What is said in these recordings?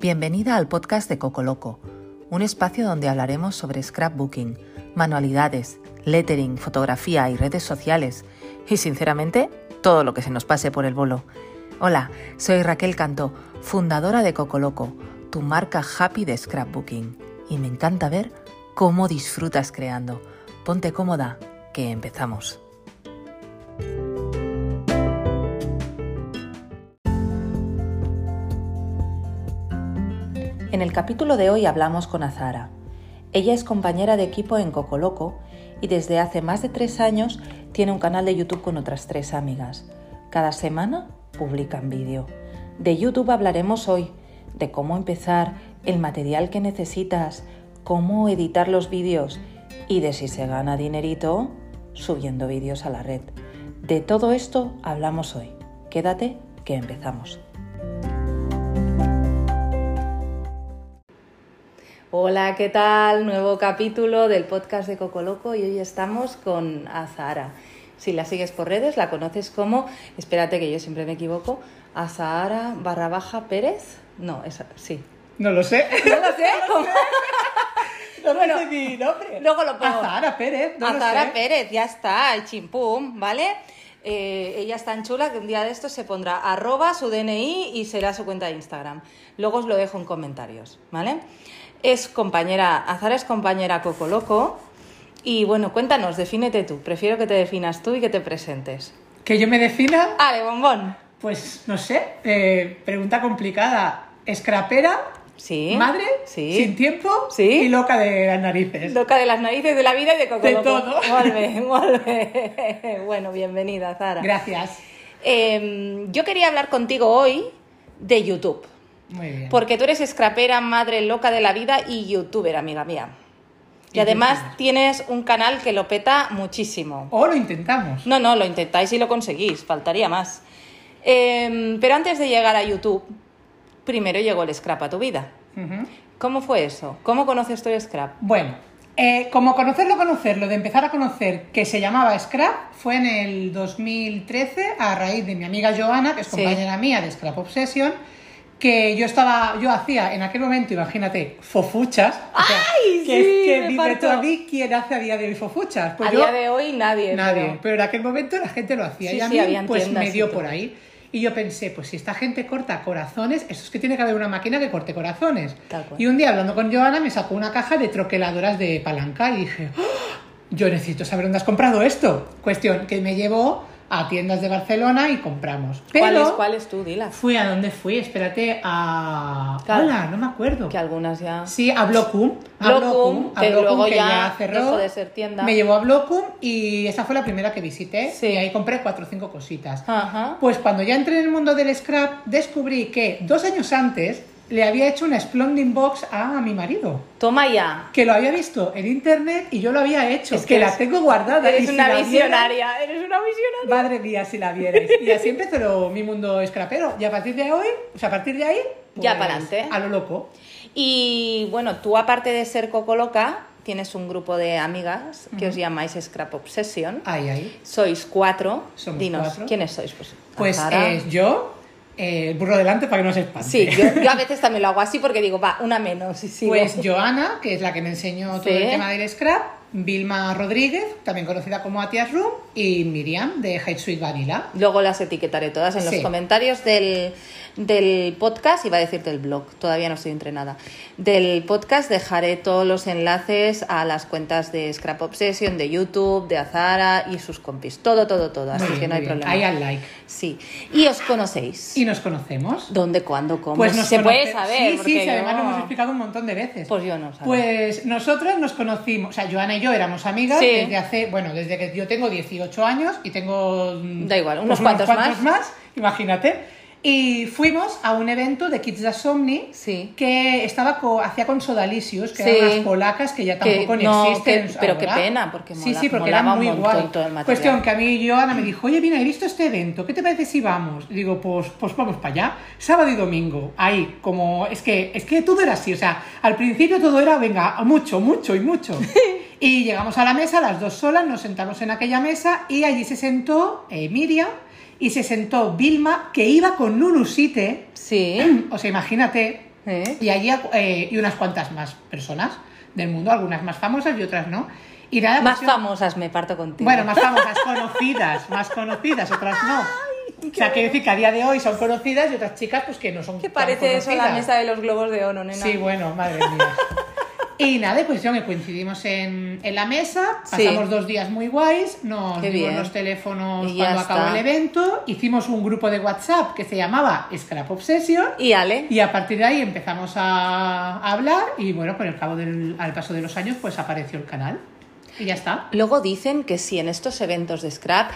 Bienvenida al podcast de Coco Loco, un espacio donde hablaremos sobre scrapbooking, manualidades, lettering, fotografía y redes sociales y sinceramente todo lo que se nos pase por el bolo. Hola, soy Raquel Cantó, fundadora de Coco Loco, tu marca happy de scrapbooking y me encanta ver cómo disfrutas creando. Ponte cómoda, que empezamos. En el capítulo de hoy hablamos con Azara. Ella es compañera de equipo en Cocoloco y desde hace más de tres años tiene un canal de YouTube con otras tres amigas. Cada semana publican vídeo. De YouTube hablaremos hoy, de cómo empezar, el material que necesitas, cómo editar los vídeos y de si se gana dinerito subiendo vídeos a la red. De todo esto hablamos hoy. Quédate que empezamos. Hola, ¿qué tal? Nuevo capítulo del podcast de Coco Loco y hoy estamos con Azahara. Si la sigues por redes, la conoces como, espérate que yo siempre me equivoco, Azahara barra baja Pérez. No, esa, sí. No lo sé. No lo sé. ¿Cómo? No Bueno, sé mi nombre. luego lo pongo. Azahara Pérez. No lo Azahara sé. Pérez, ya está, el chimpum, ¿vale? Eh, ella es tan chula que un día de estos se pondrá arroba su DNI y será su cuenta de Instagram. Luego os lo dejo en comentarios, ¿vale? Es compañera, Azara es compañera Coco Loco. Y bueno, cuéntanos, defínete tú. Prefiero que te definas tú y que te presentes. Que yo me defina, Ale, bombón. pues no sé. eh, pregunta complicada. Escrapera, Sí. madre, Sí. sin tiempo Sí. y loca de las narices. Loca de las narices de la vida y de Coco De Loco. todo. Molt bé, molt bé. Bueno, bienvenida, Azara. Gracias. Eh, yo quería hablar contigo hoy de YouTube, Muy bien. porque tú eres scrapera, madre loca de la vida y youtuber, amiga mía. Y Y además youtuber. tienes un canal que lo peta muchísimo. O lo intentamos. No, no, lo intentáis y lo conseguís, faltaría más. Eh, pero antes de llegar a YouTube, primero llegó el scrap a tu vida. Ujú. ¿Cómo fue eso? ¿Cómo conoces tú el scrap? Bueno, eh, como conocerlo, conocerlo, de empezar a conocer que se llamaba Scrap, fue en el 2013 a raíz de mi amiga Joana, que es Sí. compañera mía de Scrap Obsession, que yo estaba, yo hacía en aquel momento, imagínate, fofuchas. O sea, ¡Ay, que sí, es me que dime parto! tú a mí quién hace a día de hoy fofuchas. Pues a yo, día de hoy nadie. nadie. pero- Pero... en aquel momento la gente lo hacía Sí, y a sí, mí habían pues tiendas me y dio todo. por ahí. Y yo pensé, pues si esta gente corta corazones, eso es que tiene que haber una máquina que corte corazones. Tal cual. Y un día hablando con Joana me sacó una caja de troqueladoras de palanca y dije, "¡Ah! yo necesito saber dónde has comprado esto. Cuestión que me llevó a tiendas de Barcelona y compramos. Pero ¿Cuál, es, ¿Cuál es tú? Dilas. fui a dónde fui, espérate, a... Claro. Hola, no me acuerdo. Que algunas ya... Sí, a Blocum. A Blocum, que luego ya dejó de ser tienda. Me llevó a Blocum y esa fue la primera que visité. Sí. Y ahí compré cuatro o cinco cositas. Ajá. Pues cuando ya entré en el mundo del scrap, descubrí que dos años antes le había hecho una Splendid Box a mi marido. Toma ya. Que lo había visto en internet y yo lo había hecho. Es que que, la eres- tengo guardada. y Eres si una la viera- visionaria, eres una visionaria. Madre mía, si la vierais. Y así empezó lo- mi mundo scrapero. Y a partir de hoy, o sea, a partir de ahí. Ya pues, pa'lante. A lo loco. Y bueno, tú aparte de ser Coco Loca, tienes un grupo de amigas que os llamáis Scrap Obsession. Ahí, ahí. Sois cuatro. Somos Dinos, cuatro. ¿quiénes sois? Pues, Pues Azahara. eh, yo, eh, el burro delante para que no se espante. Sí, yo, yo a veces también lo hago así porque digo, va, una menos. Y sigo. Pues Joana, que es la que me enseñó todo Sí. el tema del scrap, Vilma Rodríguez, también conocida como Atias Room, y Miriam de Hate Sweet Vanilla. Luego las etiquetaré todas en los Sí. comentarios del, del podcast, iba a decir del blog, todavía no estoy entrenada. Del podcast dejaré todos los enlaces a las cuentas de Scrap Obsession, de YouTube, de Azara y sus compis. Todo, todo, todo, así Muy bien, que no hay muy bien. problema. Ahí al like. Sí. Y os conocéis. Y nos conocemos. ¿Dónde, cuándo, cómo? Pues nos se puede conoce- saber. Sí, sí, porque sí, además yo- lo hemos explicado un montón de veces. Pues yo no sabía. Pues nosotros nos conocimos, o sea, Joana y yo éramos amigas Sí. desde hace, bueno, desde que yo tengo 18 años y tengo... mm, Da igual, unos pues cuantos más. imagínate. Y fuimos a un evento de Kids Asomni Sí. que estaba co- hacía con Sodalisius, que Sí. eran unas polacas que ya Que tampoco ni no, existen. que- pero ahora. qué pena, porque Sí, mola- sí, porque molaba era un muy montón guay. todo el material. Mm. Cuestión que a mí Joana me dijo, oye, mira, he visto este evento, ¿qué te parece si vamos? Y digo, pues, pues vamos para allá. Sábado y domingo, ahí, como, es que, es que todo era así, o sea, al principio todo era, venga, mucho, mucho y mucho. y llegamos a la mesa, las dos solas, nos sentamos en aquella mesa y allí se sentó eh, Miriam y se sentó Vilma, que iba con Nulusite. Sí. O sea, imagínate, ¿Eh? Y allí eh, y unas cuantas más personas del mundo, algunas más famosas y otras no. Y nada, Más pues yo- famosas me parto contigo. Bueno, más famosas, conocidas, más conocidas, otras no. O sea, quiere decir que a día de hoy son conocidas y otras chicas pues que no son ¿Qué tan parece eso la conocidas. mesa de los globos de oro, nena? Sí, bueno, madre mía. Y nada, pues yo que coincidimos en, en la mesa, Sí. pasamos dos días muy guays, nos Qué dimos bien. los teléfonos Y ya cuando acabó el está. evento, hicimos un grupo de WhatsApp que se llamaba Scrap Obsession Y Ale, y a partir de ahí empezamos a, a hablar y bueno, por el cabo del al paso de los años pues apareció el canal y ya está. luego dicen que si en estos eventos de scrap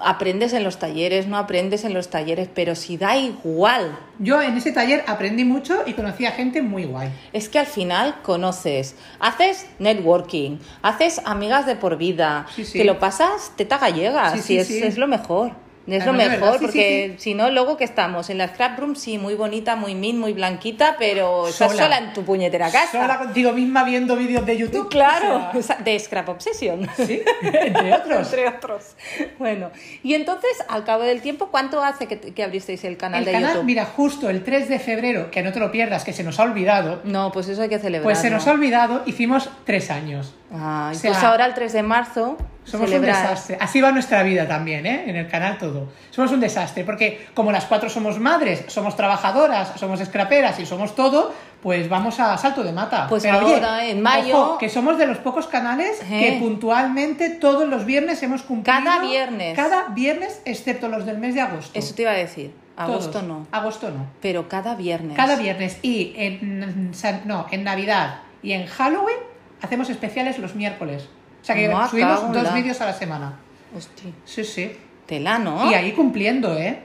aprendes en los talleres, no aprendes en los talleres, pero si da igual. Yo en ese taller aprendí mucho y conocí a gente muy guay. Es que al final conoces, haces networking, haces amigas de por vida, Sí, sí. te lo pasas, teta gallega, Sí, si sí, es, sí. es lo mejor. Es Además, lo de verdad, mejor, sí, sí, porque si no, luego que estamos en la scrap room, sí, muy bonita, muy min, muy blanquita, pero estás Sola. sola en tu puñetera casa. Sola contigo misma viendo vídeos de YouTube. Claro, O sea, de Scrap Obsession. sí, entre otros. Entre otros. Bueno, y entonces, al cabo del tiempo, ¿cuánto hace que, que abristeis el canal El de canal, YouTube? mira, justo el 3 de febrero, que no te lo pierdas, que se nos ha olvidado, No, pues eso hay que celebrar. pues se nos ha olvidado, hicimos tres años. O sea, pues ahora el 3 de marzo Somos un celebrar. desastre. Así va nuestra vida también, ¿eh? En el canal todo. Somos un desastre, porque como las cuatro somos madres, somos trabajadoras, somos escraperas y somos todo, pues vamos a salto de mata. Pues Pero ahora, oye, en mayo- ojo, que somos de los pocos canales Eh. que puntualmente todos los viernes hemos cumplido. Cada viernes. Cada viernes, excepto los del mes de agosto. Eso te iba a decir. Todos. Agosto no. Agosto no. Pero cada viernes. Cada viernes y en, San- no, en Navidad y en Halloween hacemos especiales los miércoles. O sea que Ma, cago subimos en dos la. vídeos a la semana. Hostia. Sí, sí. Tela, ¿no? Y ahí cumpliendo, ¿eh?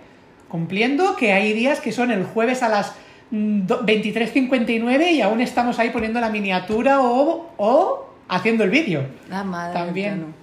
Cumpliendo que hay días que son el jueves a las mm, do- 23.59 y aún estamos ahí poniendo la miniatura o, o haciendo el vídeo. La madre del También. piano.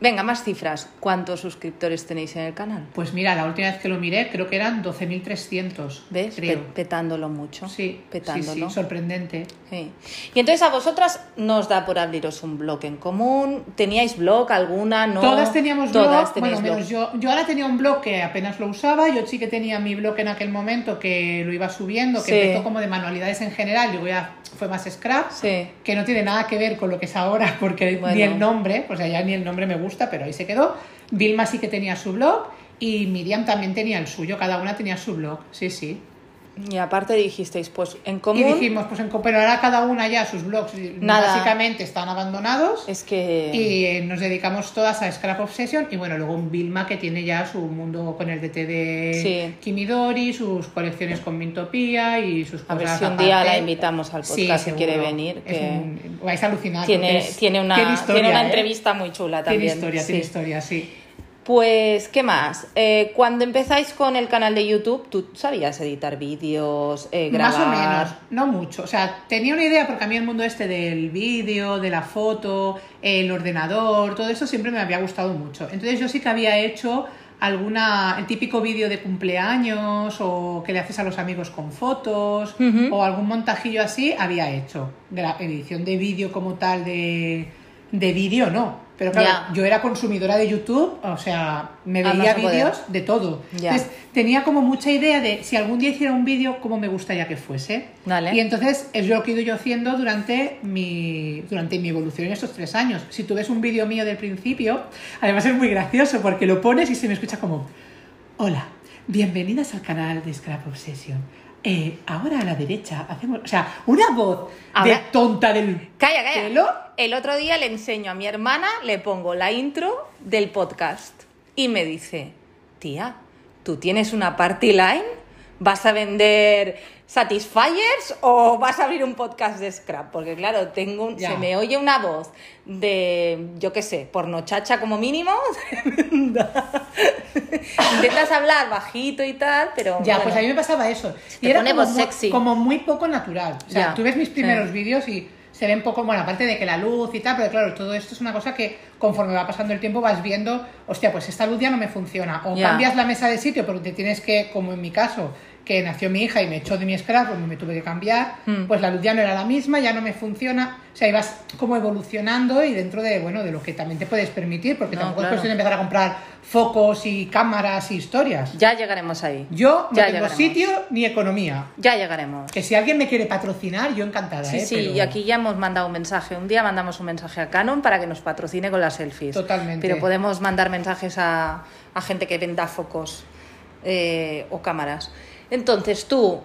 Venga, más cifras. ¿Cuántos suscriptores tenéis en el canal? Pues mira, la última vez que lo miré creo que eran 12.300. ¿Ves? Creo. Pe- petándolo mucho. Sí, sí, Petándolo. sí, sorprendente. Sí. Y entonces a vosotras nos da por abriros un blog en común. ¿Teníais blog alguna? No. Todas teníamos Todas blog, teníais bueno, menos blog. yo. Yo ahora tenía un blog que apenas lo usaba, yo sí que tenía mi blog en aquel momento que lo iba subiendo, que Sí. empezó como de manualidades en general, luego ya fue más scrap, Sí. que no tiene nada que ver con lo que es ahora, porque ni Bueno. el nombre, o sea, ya ni el nombre me gusta, pero ahí se quedó. Vilma sí que tenía su blog y Miriam también tenía el suyo, cada una tenía su blog, sí, sí. Y aparte dijisteis, pues en común. Y dijimos, pues en, co- pero ahora cada una ya sus blogs y Nada. básicamente están abandonados. Es que. Y eh, nos dedicamos todas a Scrap Obsession y bueno, luego un Vilma que tiene ya su mundo con el DT de Sí. Kimidori, sus colecciones con Mintopía y sus A cosas ver si un pues, aparte. día la invitamos al Sí, podcast si seguro. quiere venir. Es Que un- vais a alucinar. tiene, porque es- tiene una, tiene historia, tiene una ¿eh? entrevista muy chula también. Tiene historia, tiene Sí. historia, sí. Pues, ¿qué más? Eh, cuando empezáis con el canal de YouTube, ¿tú sabías editar vídeos, eh, Más grabar? o menos, no mucho. O sea, tenía una idea porque a mí el mundo este del vídeo, de la foto, el ordenador, todo eso siempre me había gustado mucho. Entonces yo sí que había hecho alguna, el típico vídeo de cumpleaños o que le haces a los amigos con fotos Ujú. o algún montajillo así había hecho. Gra- edición de vídeo como tal de, de vídeo, no. Pero claro, Ya. yo era consumidora de YouTube, o sea, me Ah, veía vas a poder. vídeos de todo. Ya. Entonces, tenía como mucha idea de si algún día hiciera un vídeo, cómo me gustaría que fuese. Vale. Y entonces es lo que he ido yo haciendo durante mi, durante mi evolución en estos tres años. Si tú ves un vídeo mío del principio, además es muy gracioso porque lo pones y se me escucha como, hola, bienvenidas al canal de Scrap Obsession. Eh, ahora a la derecha hacemos, o sea, una voz de Ahora- tonta del... Calla, calla. ¿Pelo? El otro día le enseño a mi hermana, le pongo la intro del podcast y me dice, tía, ¿tú tienes una party line? ¿Vas a vender Satisfiers o vas a abrir un podcast de Scrap? Porque claro, tengo un- Ya. se me oye una voz de, yo qué sé, pornochacha como mínimo. Intentas hablar bajito y tal, pero... Ya, bueno. pues a mí me pasaba eso. Te pone como voz muy, sexy. como muy poco natural. O sea, Ya, tú ves mis sí. primeros vídeos y se ven poco, bueno, aparte de que la luz y tal, pero claro, todo esto es una cosa que conforme va pasando el tiempo vas viendo, hostia, pues esta luz ya no me funciona. O Ya. cambias la mesa de sitio porque te tienes que, como en mi caso, que nació mi hija y me echó de mi esfera, pues me tuve que cambiar, Mm. pues la luz ya no era la misma, ya no me funciona, o sea, ibas como evolucionando y dentro de, bueno, de lo que también te puedes permitir, porque No, tampoco claro. es cuestión de empezar a comprar focos y cámaras y historias. Ya llegaremos ahí. Yo no Ya tengo llegaremos. sitio ni economía. Ya llegaremos. Que si alguien me quiere patrocinar, yo encantada, Sí, ¿eh? sí, Pero- y aquí ya hemos mandado un mensaje. Un día mandamos un mensaje a Canon para que nos patrocine con las selfies. Totalmente. Pero podemos mandar mensajes a, a gente que venda focos eh, o cámaras. Entonces tú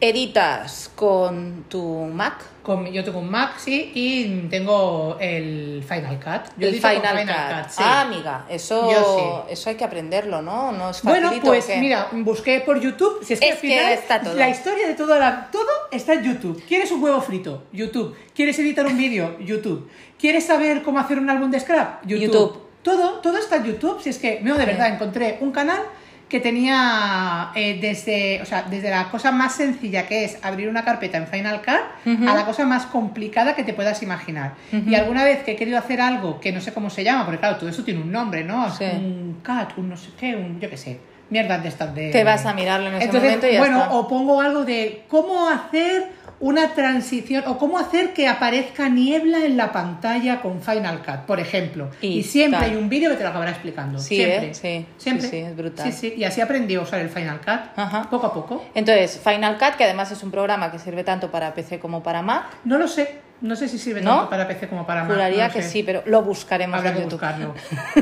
editas con tu Mac. Con- yo tengo un Mac, sí, y tengo el Final Cut. Yo el edito con Final, Cut. sí. Ah, amiga, eso, Yo eso hay que aprenderlo, ¿no? No es Bueno, facilito, pues ¿o qué? mira, busqué por YouTube. Si es que Es al que final está todo. la historia de todo, la- todo está en YouTube. ¿Quieres un huevo frito? YouTube. ¿Quieres editar un vídeo? YouTube. ¿Quieres saber cómo hacer un álbum de scrap? YouTube. YouTube. Todo, todo está en YouTube. Si es que, no, de verdad, encontré un canal que tenía eh, desde, o sea, desde la cosa más sencilla que es abrir una carpeta en Final Cut Ujú. a la cosa más complicada que te puedas imaginar. Y alguna vez que he querido hacer algo que no sé cómo se llama, porque claro, todo eso tiene un nombre, ¿no? Sí. Un cat, un no sé qué, un yo qué sé. Mierdas de estas de... Te vas a mirarlo en ese Entonces, momento y ya bueno, está. o pongo algo de cómo hacer una transición o cómo hacer que aparezca niebla en la pantalla con Final Cut, por ejemplo. Y Y, siempre tal. hay un vídeo que te lo acabará explicando. Sí, siempre. ¿eh? Sí, siempre. sí, sí, es brutal. Sí, sí. Y así aprendí a usar el Final Cut, Ajá. poco a poco. Entonces, Final Cut, que además es un programa que sirve tanto para PC como para Mac, No lo sé, no sé si sirve ¿No? tanto para PC como para Mac. juraría no lo que sé. sí, pero lo buscaremos Habrá en que YouTube. buscarlo.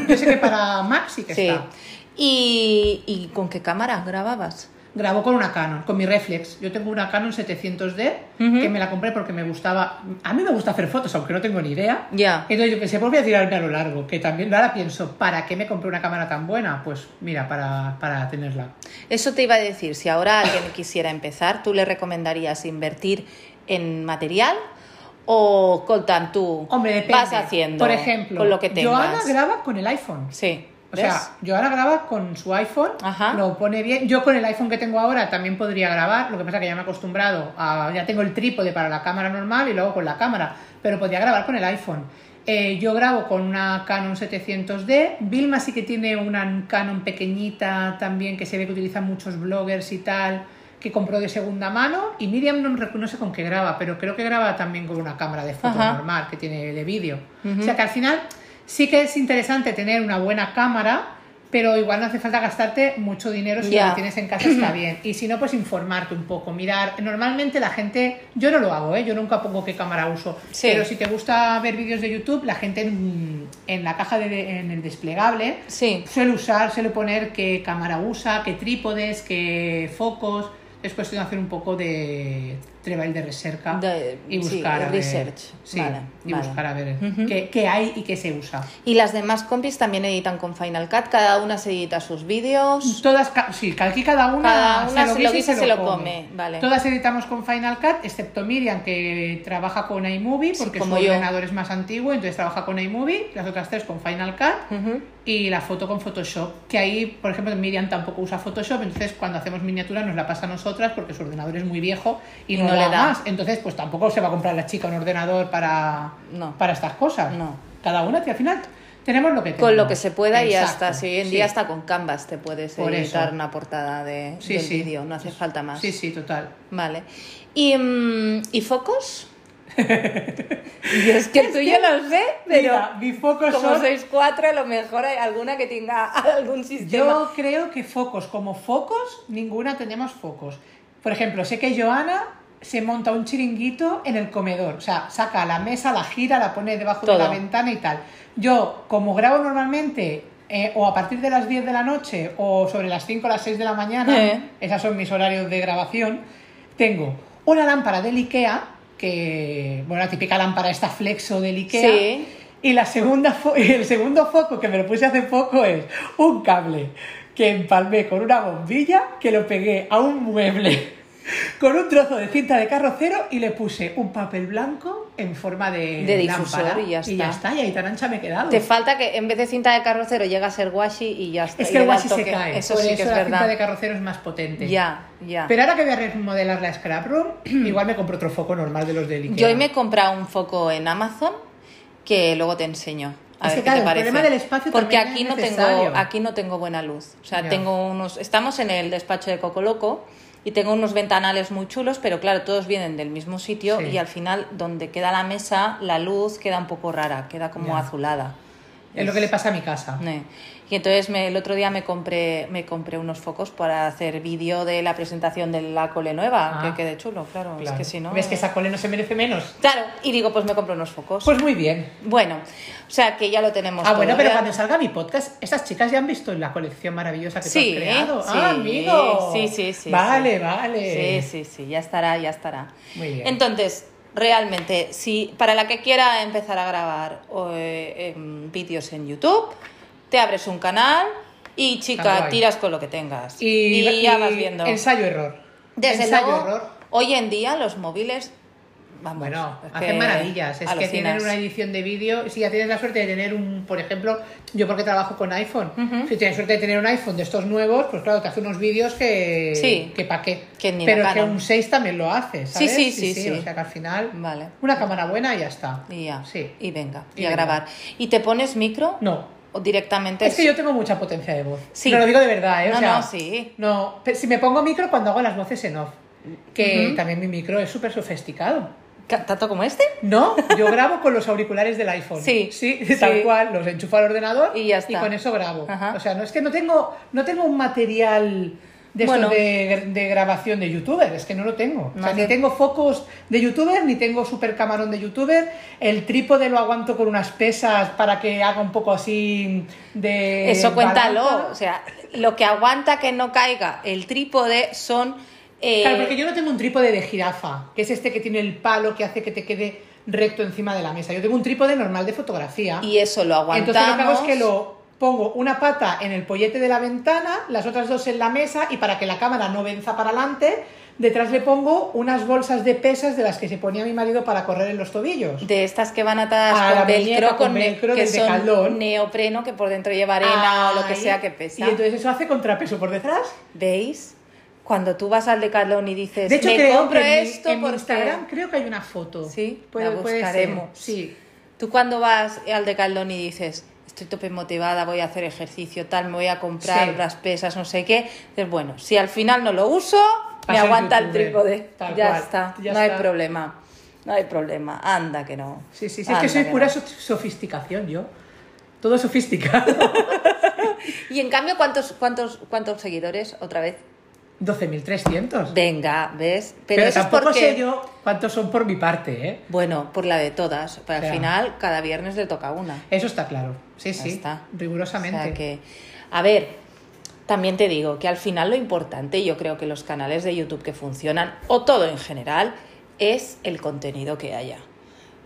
Yo sé que para Mac sí que Sí. está. ¿Y, y con qué cámara grababas? Grabó con una Canon, con mi reflex. Yo tengo una Canon 700D Ujú. que me la compré porque me gustaba. A mí me gusta hacer fotos, aunque no tengo ni idea. Ya. Entonces yo pensé, pues voy a tirarme a lo largo. Que también ahora pienso, ¿para qué me compré una cámara tan buena? Pues mira, para, para tenerla. Eso te iba a decir, si ahora alguien quisiera empezar, ¿tú le recomendarías invertir en material o con tan tú Hombre, depende. vas haciendo Por ejemplo, con lo que tengas? Joana graba con el iPhone. Sí. O ¿ves? sea, Joana graba con su iPhone, Ajá. lo pone bien. Yo con el iPhone que tengo ahora también podría grabar, lo que pasa que ya me he acostumbrado a. Ya tengo el trípode para la cámara normal y luego con la cámara, pero podría grabar con el iPhone. Eh, yo grabo con una Canon 700D. Vilma sí que tiene una Canon pequeñita también que se ve que utilizan muchos bloggers y tal, que compró de segunda mano. Y Miriam no, recu- no sé con qué graba, pero creo que graba también con una cámara de foto Ajá. normal normal que tiene de vídeo. O sea que al final sí que es interesante tener una buena cámara, pero igual no hace falta gastarte mucho dinero si Ya. lo que tienes en casa está bien. Y si no, pues informarte un poco, mirar. Normalmente la gente, yo no lo hago, ¿eh? yo nunca pongo qué cámara uso, Sí. pero si te gusta ver vídeos de YouTube, la gente en, en la caja de, en el desplegable Sí. suele usar, suele poner qué cámara usa, qué trípodes, qué focos. Es cuestión de hacer un poco de trabajo de recerca De- y sí, buscar a ver- research. sí, Vale, y vale. buscar a ver Ujú. qué, qué hay y qué se usa. Y las demás compis también editan con Final Cut, cada una se edita sus vídeos. Todas, ca- sí, aquí cada una, Cada una se lo guisa y guisa, se lo come, vale. Todas editamos con Final Cut, excepto Miriam, que trabaja con iMovie, Sí, porque como su yo. ordenador es más antiguo, entonces trabaja con iMovie, las otras tres con Final Cut Ujú. y la foto con Photoshop. Que ahí, por ejemplo, Miriam tampoco usa Photoshop, entonces cuando hacemos miniatura nos la pasa a nosotras porque su ordenador es muy viejo y no, le da más. Entonces, pues tampoco se va a comprar la chica un ordenador para, No. para estas cosas. No. Cada una, que al final tenemos lo que tenemos. Con lo que se pueda y Exacto, hasta, si hoy en sí. día hasta con Canvas te puedes Por editar eso. una portada de, Sí, del sí. vídeo, no hace falta más. Sí, sí, total. Vale. ¿Y, mm, ¿y focos? Yo es que el tuyo no sé, pero Mira, mis focos como son... sois cuatro, a lo mejor hay alguna que tenga algún sistema. Yo creo que focos, como focos, ninguna tenemos focos. Por ejemplo, sé que Joana se monta un chiringuito en el comedor. O sea, saca la mesa, la gira, la pone debajo de Todo. la ventana y tal. Yo, como grabo normalmente, eh, o a partir de las 10 de la noche, o sobre las 5 o las 6 de la mañana, Eh. esos son mis horarios de grabación, tengo una lámpara del IKEA, que, bueno, la típica lámpara esta flexo del IKEA. Sí. Y la segunda fo- y el segundo foco que me lo puse hace poco es un cable que empalmé con una bombilla que lo pegué a un mueble con un trozo de cinta de carrocero y le puse un papel blanco en forma de, De difusor lámpara. y ya Y está. ya está, y ahí tan ancha me he quedado. Te falta que en vez de cinta de carrocero llega a ser washi y ya está. es y que le el da washi se toque. cae, Eso por sí que eso es la cinta de verdad. carrocero es más potente. Ya, ya. Pero ahora que voy a remodelar la scrap room, igual me compro otro foco normal de los de Ikea. Yo hoy me he comprado un foco en Amazon que luego te enseño. A Es ver que, qué te claro, el parece. problema del espacio Porque también aquí es no tengo necesario. aquí no tengo buena luz. O sea, Ya. tengo unos estamos en el despacho de Coco Loco Y tengo unos ventanales muy chulos, pero claro, todos vienen del mismo sitio Sí. y al final donde queda la mesa, la luz queda un poco rara, queda como Ya. azulada. Es lo que le pasa a mi casa. Eh, Y entonces me- el otro día me compré, me compré unos focos para hacer vídeo de la presentación de la cole nueva, Ah. que quede chulo, claro, Es Claro. que si no... ¿Ves que esa cole no se merece menos? Claro, y digo, pues me compro unos focos. Pues muy bien. bueno, o sea que ya lo tenemos. Ah, todo, bueno, pero ¿verdad? cuando salga mi podcast, esas chicas ya han visto la colección maravillosa que Sí, tú has creado. sí, ah, amigo. sí, sí, sí, sí. Vale, vale. Sí, sí, sí, ya estará, ya estará. Muy bien. Entonces, realmente, si para la que quiera empezar a grabar o, eh, em, vídeos en YouTube, te abres un canal y Tan chica, guay. tiras con lo que tengas. Y, Y, ya y vas viendo. Ensayo error. Desde ensayo luego, error. hoy en día los móviles, vamos, Bueno, es hacen que maravillas. Es que tienen alucinas. una edición de vídeo. Si ya tienes la suerte de tener un, por ejemplo, yo porque trabajo con iPhone. Si tienes suerte de tener un iPhone de estos nuevos, pues claro, te hace unos vídeos que. Sí. Que pa' qué. Que ni la Pero que Canon. un 6 también lo hace, Sí, ¿sabes? sí, sí, sí. O sea que al final. Vale. Una cámara buena y ya está. Y ya. Sí. Y venga, y, Y a venga. grabar. ¿Y te pones micro? No. ¿O directamente? Es que yo tengo mucha potencia de voz. Sí. No lo digo de verdad, ¿eh? O No, sea, no, sí. No, pe- si me pongo micro cuando hago las voces en off. Que también mi micro es súper sofisticado. Ca- ¿Tanto como este? No, yo grabo con los auriculares del iPhone. Sí, Sí, sí. tal cual, los enchufo al ordenador Y ya está. con eso grabo. Ajá. O sea, no es que no tengo, no tengo un material de, estos Bueno. de, de grabación de youtuber, es que no lo tengo. o No sea, ni hace- tengo focos de youtuber, ni tengo super camarón de youtuber. El trípode lo aguanto con unas pesas para que haga un poco así de. Eso cuéntalo. balanza. Eh, O sea, lo que aguanta que no caiga el trípode son. eh, Claro, porque yo no tengo un trípode de jirafa, que es este que tiene el palo que hace que te quede recto encima de la mesa. Yo tengo un trípode normal de fotografía. Y eso lo aguantamos. Entonces lo que hago es que lo pongo una pata en el pollete de la ventana, las otras dos en la mesa y para que la cámara no venza para adelante, detrás le pongo unas bolsas de pesas de las que se ponía mi marido para correr en los tobillos. De estas que van atadas A la con muñeca, velcro, con con ne- velcro que desde son jalón. neopreno, que por dentro lleva arena o lo que Ahí. sea que pesa. Y entonces eso hace contrapeso por detrás. ¿Veis? Cuando tú vas al Decathlon y dices, De hecho, Pues me creo compro que en mi- esto en mi porque... Instagram creo que hay una foto. Sí, Puede- la puede ser. buscaremos. Sí. Tú cuando vas al Decathlon y dices, estoy tope motivada, voy a hacer ejercicio, tal, me voy a comprar Sí. las pesas, no sé qué, dices, bueno, si al final no lo uso, Para me ser aguanta el youtuber, trípode. tal Ya cual, está, ya no hay está. problema. No hay problema, anda que no. Sí, sí, sí, es que Anda soy pura Ah, no. so- sofisticación yo. Todo sofisticado. Y en cambio, ¿cuántos, cuántos, ¿cuántos seguidores otra vez? 12.300. Venga, ¿ves? Pero, Pero eso es tampoco porque... sé yo cuántos son por mi parte, ¿eh? Bueno, por la de todas, para O sea. al final cada viernes le toca una. Eso está claro. Sí, Ya sí. está. Rigurosamente. O sea que, a ver, también te digo que al final lo importante, yo creo que los canales de YouTube que funcionan, o todo en general, es el contenido que haya.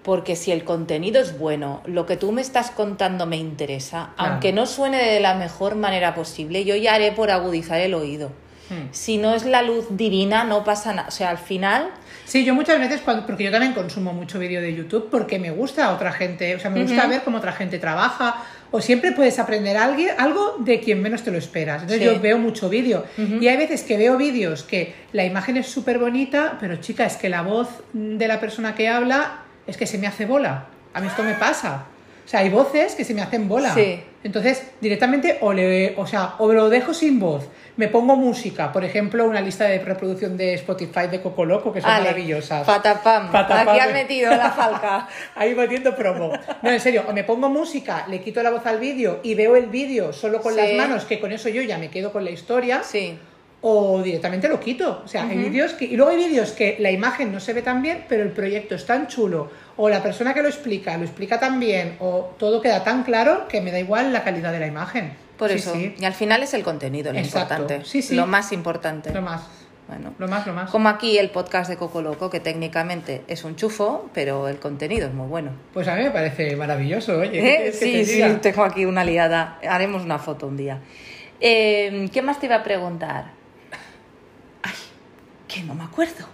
Porque si el contenido es bueno, lo que tú me estás contando me interesa, Claro. aunque no suene de la mejor manera posible, yo ya haré por agudizar el oído. Hmm. Si no es la luz divina, no pasa nada. O sea, al final, Sí, yo muchas veces, cuando, porque yo también consumo mucho vídeo de YouTube porque me gusta otra gente, o sea, me gusta ver cómo otra gente trabaja, o siempre puedes aprender alguien, algo de quien menos te lo esperas. Entonces Sí. yo veo mucho vídeo y hay veces que veo vídeos que la imagen es súper bonita, pero chica, es que la voz de la persona que habla es que se me hace bola. A mí esto me pasa. O sea, hay voces que se me hacen bola. Sí. Entonces, directamente o, le, o, sea, o lo dejo sin voz, me pongo música, por ejemplo, una lista de reproducción de Spotify de Coco Loco, que son Ale, maravillosas. patapam, Patapam. aquí has metido la falca. Ahí metiendo promo. No, en serio, o me pongo música, le quito la voz al vídeo y veo el vídeo solo con Sí. las manos, que con eso yo ya me quedo con la historia, sí. o directamente lo quito. O sea, hay vídeos que. Y luego hay vídeos que la imagen no se ve tan bien, pero el proyecto es tan chulo, o la persona que lo explica lo explica tan bien, o todo queda tan claro que me da igual la calidad de la imagen. Por Sí, eso. sí. Y al final es el contenido lo Exacto. importante. Sí, sí. Lo más importante. Lo más, Bueno. lo más, lo más. Como aquí el podcast de Coco Loco, que técnicamente es un chufo, pero el contenido es muy bueno. Pues a mí me parece maravilloso, oye. ¿qué ¿Eh? quieres que Sí, te sí, diga? tengo aquí una liada. Haremos una foto un día. Eh, ¿Qué más te iba a preguntar? Ay, que no me acuerdo.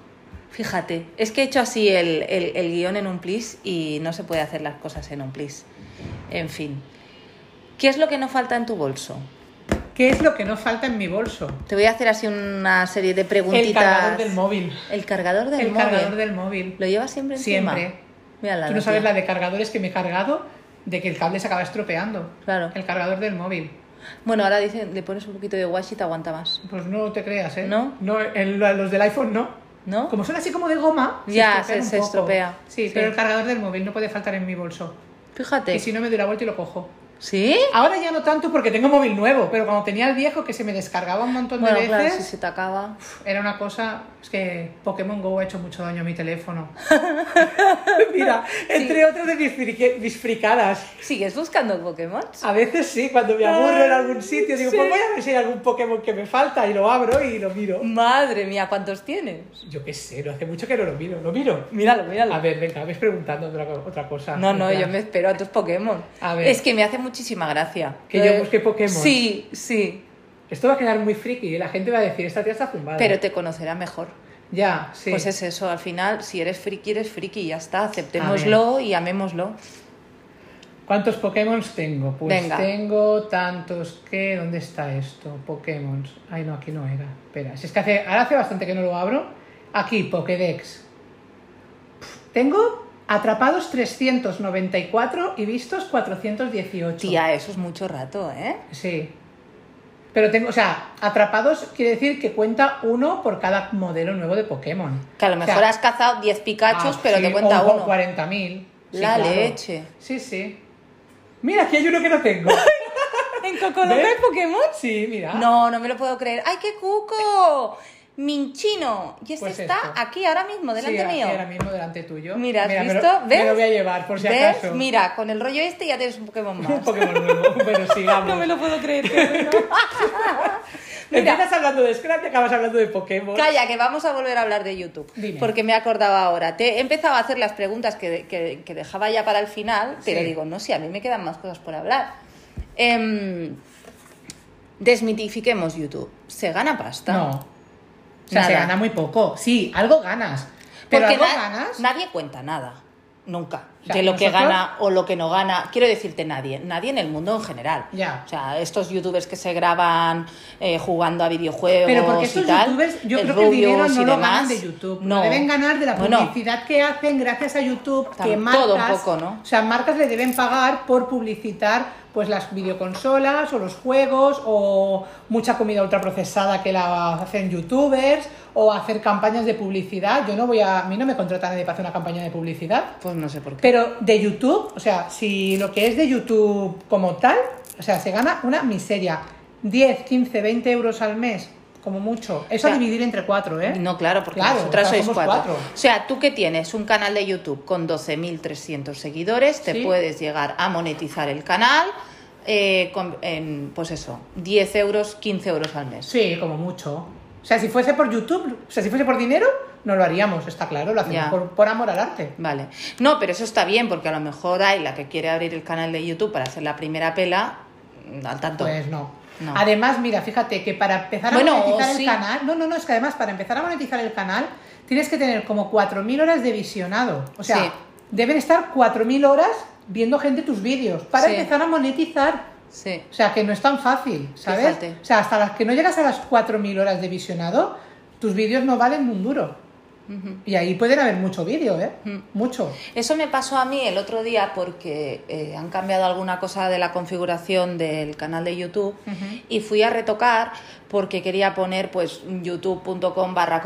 Fíjate, es que he hecho así el, el- el guión en un plis y no se puede hacer las cosas en un plis. En fin. ¿Qué es lo que no falta en tu bolso? ¿Qué es lo que no falta en mi bolso? Te voy a hacer así una serie de preguntitas. El cargador del móvil. El cargador del el móvil. cargador del móvil. ¿Lo llevas siempre encima? Siempre. Mira la Tú no tía. sabes la de cargadores que me he cargado de que el cable se acaba estropeando. Claro. El cargador del móvil. Bueno, ahora dicen, le pones un poquito de washi y te aguanta más. Pues no te creas, ¿eh? ¿No? No, en lo- los del iPhone no. ¿No? Como son así como de goma, Ya, estropean se- un se poco. estropea. Sí, Sí. pero el cargador del móvil no puede faltar en mi bolso. Fíjate. Y si no, me doy la vuelta y lo cojo. ¿Sí? Ahora ya no tanto porque tengo móvil nuevo, pero cuando tenía el viejo que se me descargaba un montón Bueno, de claro, veces, si se te acaba. era una cosa. Es que Pokémon Go ha hecho mucho daño a mi teléfono. Mira, entre otras de mis, frique- mis fricadas. ¿Sigues buscando Pokémon? A veces sí, cuando me aburro en algún sitio, digo, Sí. pues voy a ver si hay algún Pokémon que me falta y lo abro y lo miro. Madre mía, ¿cuántos tienes? Yo qué sé, no hace mucho que no lo miro, lo miro. Míralo, míralo. A ver, venga, ves preguntando otra, co- otra cosa. No, En no, plan, yo me espero ah, a tus Pokémon. A ver. Es que me hace muchísima gracia. Que Lo yo de- busque Pokémon. Sí, sí. Esto va a quedar muy friki y la gente va a decir, esta tía está zumbada. Pero te conocerá mejor. Ya, sí. Pues es eso, al final, si eres friki, eres friki y ya está. Aceptémoslo y amémoslo. ¿Cuántos Pokémon tengo? Pues Venga. tengo tantos que... ¿Dónde está esto? Pokémon. Ay, no, aquí no era. Espera, si es que hace, ahora hace bastante que no lo abro. Aquí, Pokédex. Pff, Tengo atrapados 394 y vistos 418. Tía, eso es mucho rato, ¿eh? Sí. Pero tengo, o sea, atrapados quiere decir que cuenta uno por cada modelo nuevo de Pokémon. Que a lo O sea, mejor has cazado 10 Pikachus, Ah, pero sí, te cuenta o- o uno. 40.000. Sí, La claro. leche. Sí, sí. Mira, aquí hay uno que no tengo. ¿En Cocoloca ¿Ves? hay Pokémon? sí, mira. No, no me lo puedo creer. ¡Ay, qué cuco! Minchino. Y este Pues está esto. aquí ahora mismo, delante Sí, aquí mío. ahora mismo delante tuyo. Mira, ¿has me lo- visto? Me lo, ¿Ves? voy a llevar, por si ¿Ves? acaso. Mira, con el rollo este ya tienes un Pokémon Un más. Pokémon nuevo. Bueno, sigamos. No me lo puedo creer. qué bueno. Mira. Empiezas hablando de Scrap y acabas hablando de Pokémon. Calla, que vamos a volver a hablar de YouTube. Dime. Porque me acordaba ahora. Te he empezado a hacer las preguntas que, que- que dejaba ya para el final, pero Sí. digo, no sé, a mí me quedan más cosas por hablar. Em, desmitifiquemos YouTube. ¿Se gana pasta? No. O sea, se Nada. gana muy poco. Sí, algo ganas. Pero Porque algo na- ganas. nadie cuenta nada. Nunca. O sea, de lo que nosotros- gana o lo que no gana. Quiero decirte nadie. Nadie en el mundo en general. Ya. O sea, estos youtubers que se graban eh, jugando a videojuegos Pero porque y estos tal. youtubers, yo el creo que el dinero Rubius no y lo demás, ganan de YouTube. No. Lo deben ganar de la Bueno, publicidad que hacen gracias a YouTube, Tam- que marcas... todo un poco, ¿no? O sea, marcas le deben pagar por publicitar pues las videoconsolas o los juegos o mucha comida ultraprocesada que la hacen youtubers o hacer campañas de publicidad. Yo no voy a... A mí no me contrata nadie para hacer una campaña de publicidad. pues no sé por qué. Pero de YouTube, o sea, si lo que es de YouTube como tal, o sea, se gana una miseria. 10, 15, 20 euros al mes, como mucho. Eso Ya. a dividir entre cuatro, ¿eh? No, claro, porque Claro, nosotras o sea, sois somos cuatro. cuatro. O sea, tú que tienes un canal de YouTube con 12.300 seguidores, te Sí. puedes llegar a monetizar el canal eh, con, en, pues eso, 10 euros, 15 euros al mes. Sí, como mucho. O sea, si fuese por YouTube, o sea, si fuese por dinero, no lo haríamos, está claro, lo hacemos Ya. por, por amor al arte. Vale. No, pero eso está bien, porque a lo mejor hay la que quiere abrir el canal de YouTube para hacer la primera pela, mm, al tanto. Pues no. No. Además, mira, fíjate que para empezar a Bueno, monetizar sí. el canal, no, no, no, es que además para empezar a monetizar el canal tienes que tener como 4.000 horas de visionado. O sea, Sí. deben estar 4.000 horas viendo gente tus vídeos para Sí. empezar a monetizar. Sí. O sea, que no es tan fácil, ¿sabes? Fíjate. O sea, hasta las que no llegas a las 4.000 horas de visionado, tus vídeos no valen un duro. Ujú. Mm. Y ahí pueden haber mucho vídeo, ¿eh? Mucho. Eso me pasó a mí el otro día porque eh, han cambiado alguna cosa de la configuración del canal de YouTube y fui a retocar porque quería poner pues youtube.com barra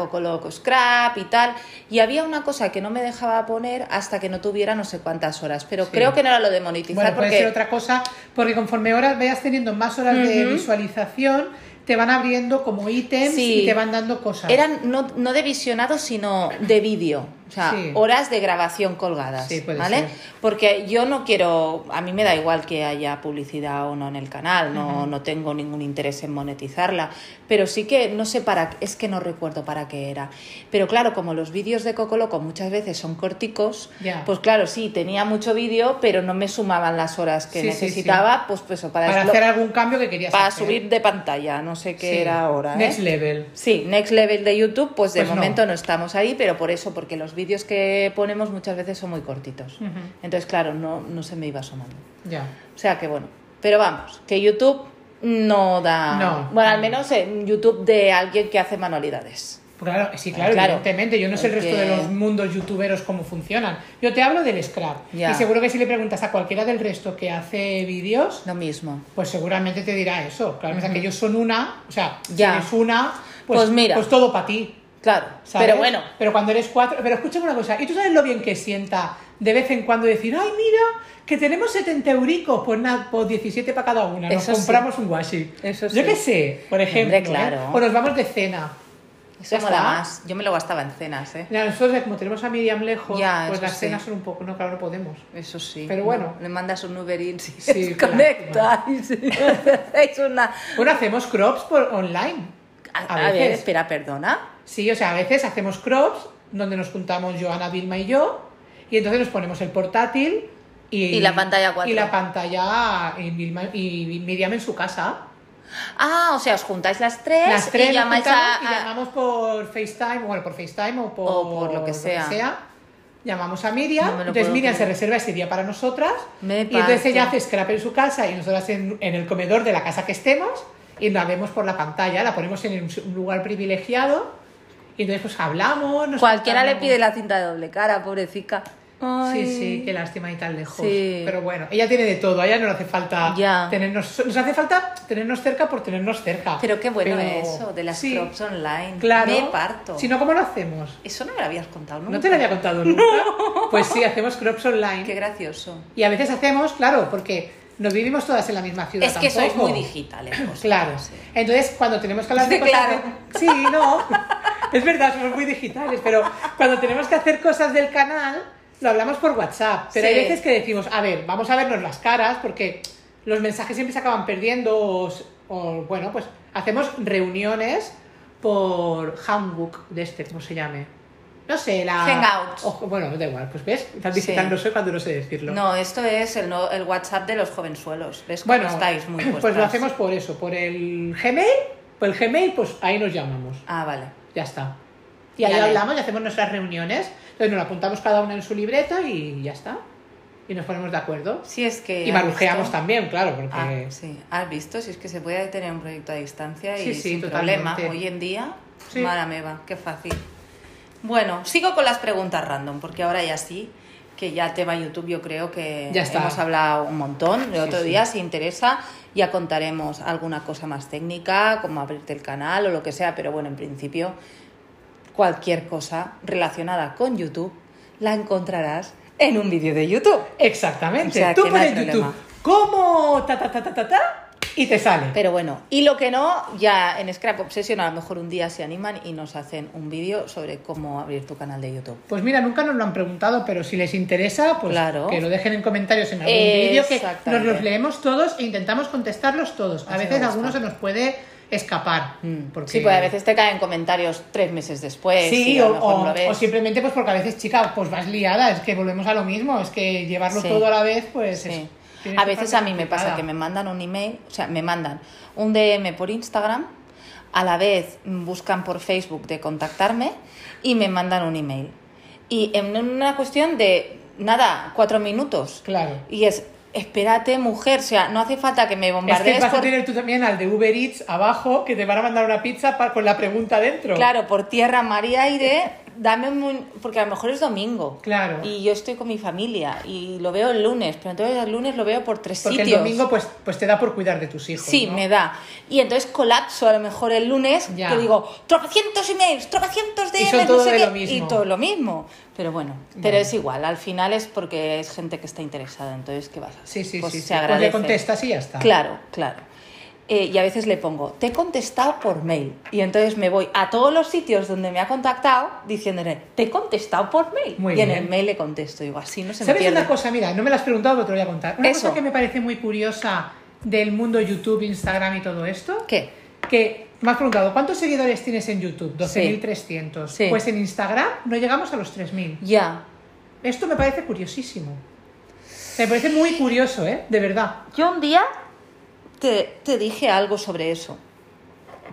scrap y tal y había una cosa que no me dejaba poner hasta que no tuviera no sé cuántas horas pero Sí. creo que no era lo de monetizar Bueno, pues puede porque ser otra cosa, porque conforme horas vayas teniendo más horas de Ujú. visualización, te van abriendo como ítems Sí. y te van dando cosas. eran no, no de visionado sino de vídeo o sea Sí. horas de grabación colgadas Sí, puede vale ser. porque yo no quiero a mí me da igual que haya publicidad o no en el canal no no tengo ningún interés en monetizarla pero sí que no sé para es que no recuerdo para qué era pero claro como los vídeos de Cocoloco muchas veces son corticos Ya. pues claro sí tenía mucho vídeo pero no me sumaban las horas que Sí, sí, sí. necesitaba pues pues eso, para, para eslo- hacer algún cambio que querías para hacer. subir de pantalla no sé qué Sí. era ahora ¿eh? Next level. Sí, Next Level de YouTube, pues de Pues no. momento no. estamos ahí, pero por eso, porque los vídeos que ponemos muchas veces son muy cortitos. Ujú. Entonces, claro, no, no se me iba sumando. Ya. O sea que bueno, pero vamos, que YouTube no da... No. Bueno, al menos en YouTube de alguien que hace manualidades. Porque, claro, sí, claro, Claro. evidentemente. Yo no sé el resto de Porque- los mundos youtuberos cómo funcionan. Yo te hablo del scrap. Ya. Y seguro que si le preguntas a cualquiera del resto que hace vídeos, Lo mismo. pues seguramente te dirá eso. Claro, o sea, que ellos son una, o sea, Ya. si eres una, pues, Pues mira. pues todo para ti. Claro, ¿sabes? pero bueno, Pero cuando eres cuatro. Pero escúchame una cosa, ¿y tú sabes lo bien que sienta de vez en cuando decir, ay, mira, que tenemos 70 euricos, pues nada, pues 17 para cada una, nos Eso sí. compramos un washi. Eso sí. Yo qué sé, por ejemplo. Hombre, claro. ¿eh? O nos vamos de cena. eso Ya mola está. más. Yo me lo gastaba en cenas, ¿eh? Mira, nosotros, como tenemos a Miriam lejos, Ya, pues eso las sí. cenas son un poco, no, claro, no podemos. Eso sí. Pero bueno. Le mandas un Uber Eats y Sí, os conectáis. Es una... Bueno, hacemos crops por online. A, A a ver, veces. espera, perdona. Sí, o sea, a veces hacemos crops donde nos juntamos Joana, Vilma y yo, y entonces nos ponemos el portátil y, Y la pantalla cuatro. Y la pantalla y, Vilma- y Miriam en su casa. Ah, o sea, os juntáis las tres, Las tres y nos llamáis juntamos a... y llamamos por FaceTime, bueno, por FaceTime o por, O por lo que sea. Llamamos a Miriam, No me lo entonces puedo Miriam creer. se reserva ese día para nosotras Me y entonces parto. ella hace scrap en su casa y nosotras en, en el comedor de la casa que estemos y la vemos por la pantalla, la ponemos en un, un lugar privilegiado y entonces pues hablamos. nos Cualquiera le juntamos. pide la cinta de doble cara, pobrecita. Ay. Sí, sí, qué lástima y tan lejos. Sí. Pero bueno, ella tiene de todo, a ella no le hace falta Ya. tenernos, nos hace falta tenernos cerca por tenernos cerca. Pero qué bueno Pero- eso, de las sí, crops online. Claro. Me parto. Si no, ¿cómo lo hacemos? Eso no me lo habías contado nunca. No te lo había contado nunca. Pues sí, hacemos crops online. Qué gracioso. Y a veces hacemos, claro, porque no vivimos todas en la misma ciudad. Es que sois tampoco. muy digitales. vosotros, eh. Claro. sí. Entonces, cuando tenemos que hablar de Sí, cosas claro. de- Sí, no. Es verdad, somos muy digitales, pero cuando tenemos que hacer cosas del canal, lo hablamos por WhatsApp. Pero Sí. hay veces que decimos, a ver, vamos a vernos las caras, porque los mensajes siempre se acaban perdiendo. O, s- o, bueno, pues hacemos reuniones por Hangook, de este, ¿cómo se llame? No sé, la. Hangouts. o- bueno, da igual, pues ves, tan Sí. digital no soy cuando no sé decirlo. No, esto es el, no- el WhatsApp de los jovenzuelos. ¿Ves cómo Bueno, estáis muy puestas? pues lo hacemos por eso, por el Gmail, por el Gmail, pues ahí nos llamamos, Ah, vale. ya está. Y ahí Vale. hablamos y hacemos nuestras reuniones, entonces nos lo apuntamos cada una en su libreta y ya está. Y nos ponemos de acuerdo. Si es que... y ¿has marujeamos visto? también, claro, porque... Ah, sí. ¿Has visto? Si es que se puede tener un proyecto a distancia y Sí, sí, sin totalmente. problema. Hoy en día, Sí. mala me va, qué fácil. Bueno, sigo con las preguntas random, porque ahora ya sí, que ya tema YouTube yo creo que Ya está. hemos hablado un montón. El Sí, otro sí. día, si interesa, ya contaremos alguna cosa más técnica, como abrirte el canal o lo que sea, pero bueno, en principio, cualquier cosa relacionada con YouTube la encontrarás en un vídeo de YouTube. Exactamente, O sea, tú que no hay pones YouTube, problema. ¿cómo? Ta, ta, ta, ta, ta, ta, y te sale. Pero bueno, y lo que no, ya en Scrap Obsession a lo mejor un día se animan y nos hacen un vídeo sobre cómo abrir tu canal de YouTube. Pues mira, nunca nos lo han preguntado, pero si les interesa, pues Claro. que lo dejen en comentarios en algún vídeo, que nos Exactamente. los leemos todos e intentamos contestarlos todos. A Así me veces gusta. algunos se nos puede escapar. Mm, porque- Sí, pues a veces te caen comentarios tres meses después. Sí, y a o, lo mejor o- lo ves. o simplemente pues porque a veces, chica, pues vas liada, es que volvemos a lo mismo, es que llevarlo Sí. todo a la vez, pues... Sí. es- tiene A su veces parte a mí me pasa complicada. que me mandan un email, o sea, me mandan un DM por Instagram, a la vez mm, buscan por Facebook de contactarme y me mandan un email. Y en una cuestión de, nada, cuatro minutos. Claro. Y es, espérate, mujer, o sea, no hace falta que me Es que bombardees vas a por tener tú también al de Uber Eats abajo, que te van a mandar una pizza pa- con la pregunta dentro. Claro, por tierra, mar y aire, dame un... mun- Porque a lo mejor es domingo. Claro. Y yo estoy con mi familia y lo veo el lunes, pero entonces el lunes lo veo por tres Porque sitios. el domingo pues, pues te da por cuidar de tus hijos. Sí, ¿no? me da. Y entonces colapso a lo mejor el lunes, Ya. que digo, tropecientos emails, tropecientos de Y son todo de lo y mismo. todo lo mismo. Pero bueno, pero Bueno. es igual, al final es porque es gente que está interesada, entonces ¿qué vas a hacer? Sí, sí, Pues sí. se sí. Pues agradece. le contestas y ya está. Claro, claro. Eh, y a veces le pongo, te he contestado por mail. Y entonces me voy a todos los sitios donde me ha contactado diciéndole, te he contestado por mail. Muy y en bien. el mail le contesto. Digo, así no se me ¿Sabes pierde. una cosa? Mira, no me la has preguntado, pero te lo voy a contar. Una Eso. cosa que me parece muy curiosa del mundo YouTube, Instagram y todo esto. ¿Qué? Que me has preguntado, ¿cuántos seguidores tienes en YouTube? 12.300. Sí. Pues en Instagram no llegamos a los 3.000. Ya. Esto me parece curiosísimo. Me parece muy curioso, ¿eh? De verdad. Yo un día te, te dije algo sobre eso.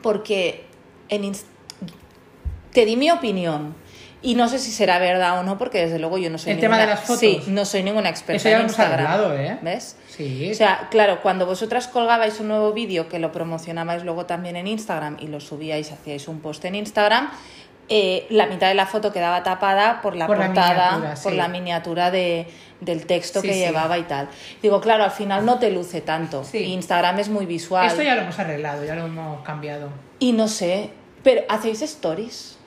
Porque en Inst- te di mi opinión. Y no sé si será verdad o no, porque desde luego yo no soy El tema ninguna- de las fotos. Sí, no soy ninguna experta Eso ya en lo hemos Instagram. hablado, ¿eh? ¿Ves? Sí. O sea, claro, cuando vosotras colgabais un nuevo vídeo que lo promocionabais luego también en Instagram y lo subíais, hacíais un post en Instagram, eh, la mitad de la foto quedaba tapada por la Por la portada, miniatura, sí. por la miniatura de- del texto Sí, que sí. llevaba y tal. Digo, claro, al final no te luce tanto. Sí. Instagram es muy visual. Esto ya lo hemos arreglado, ya lo hemos cambiado. Y no sé, pero ¿hacéis stories?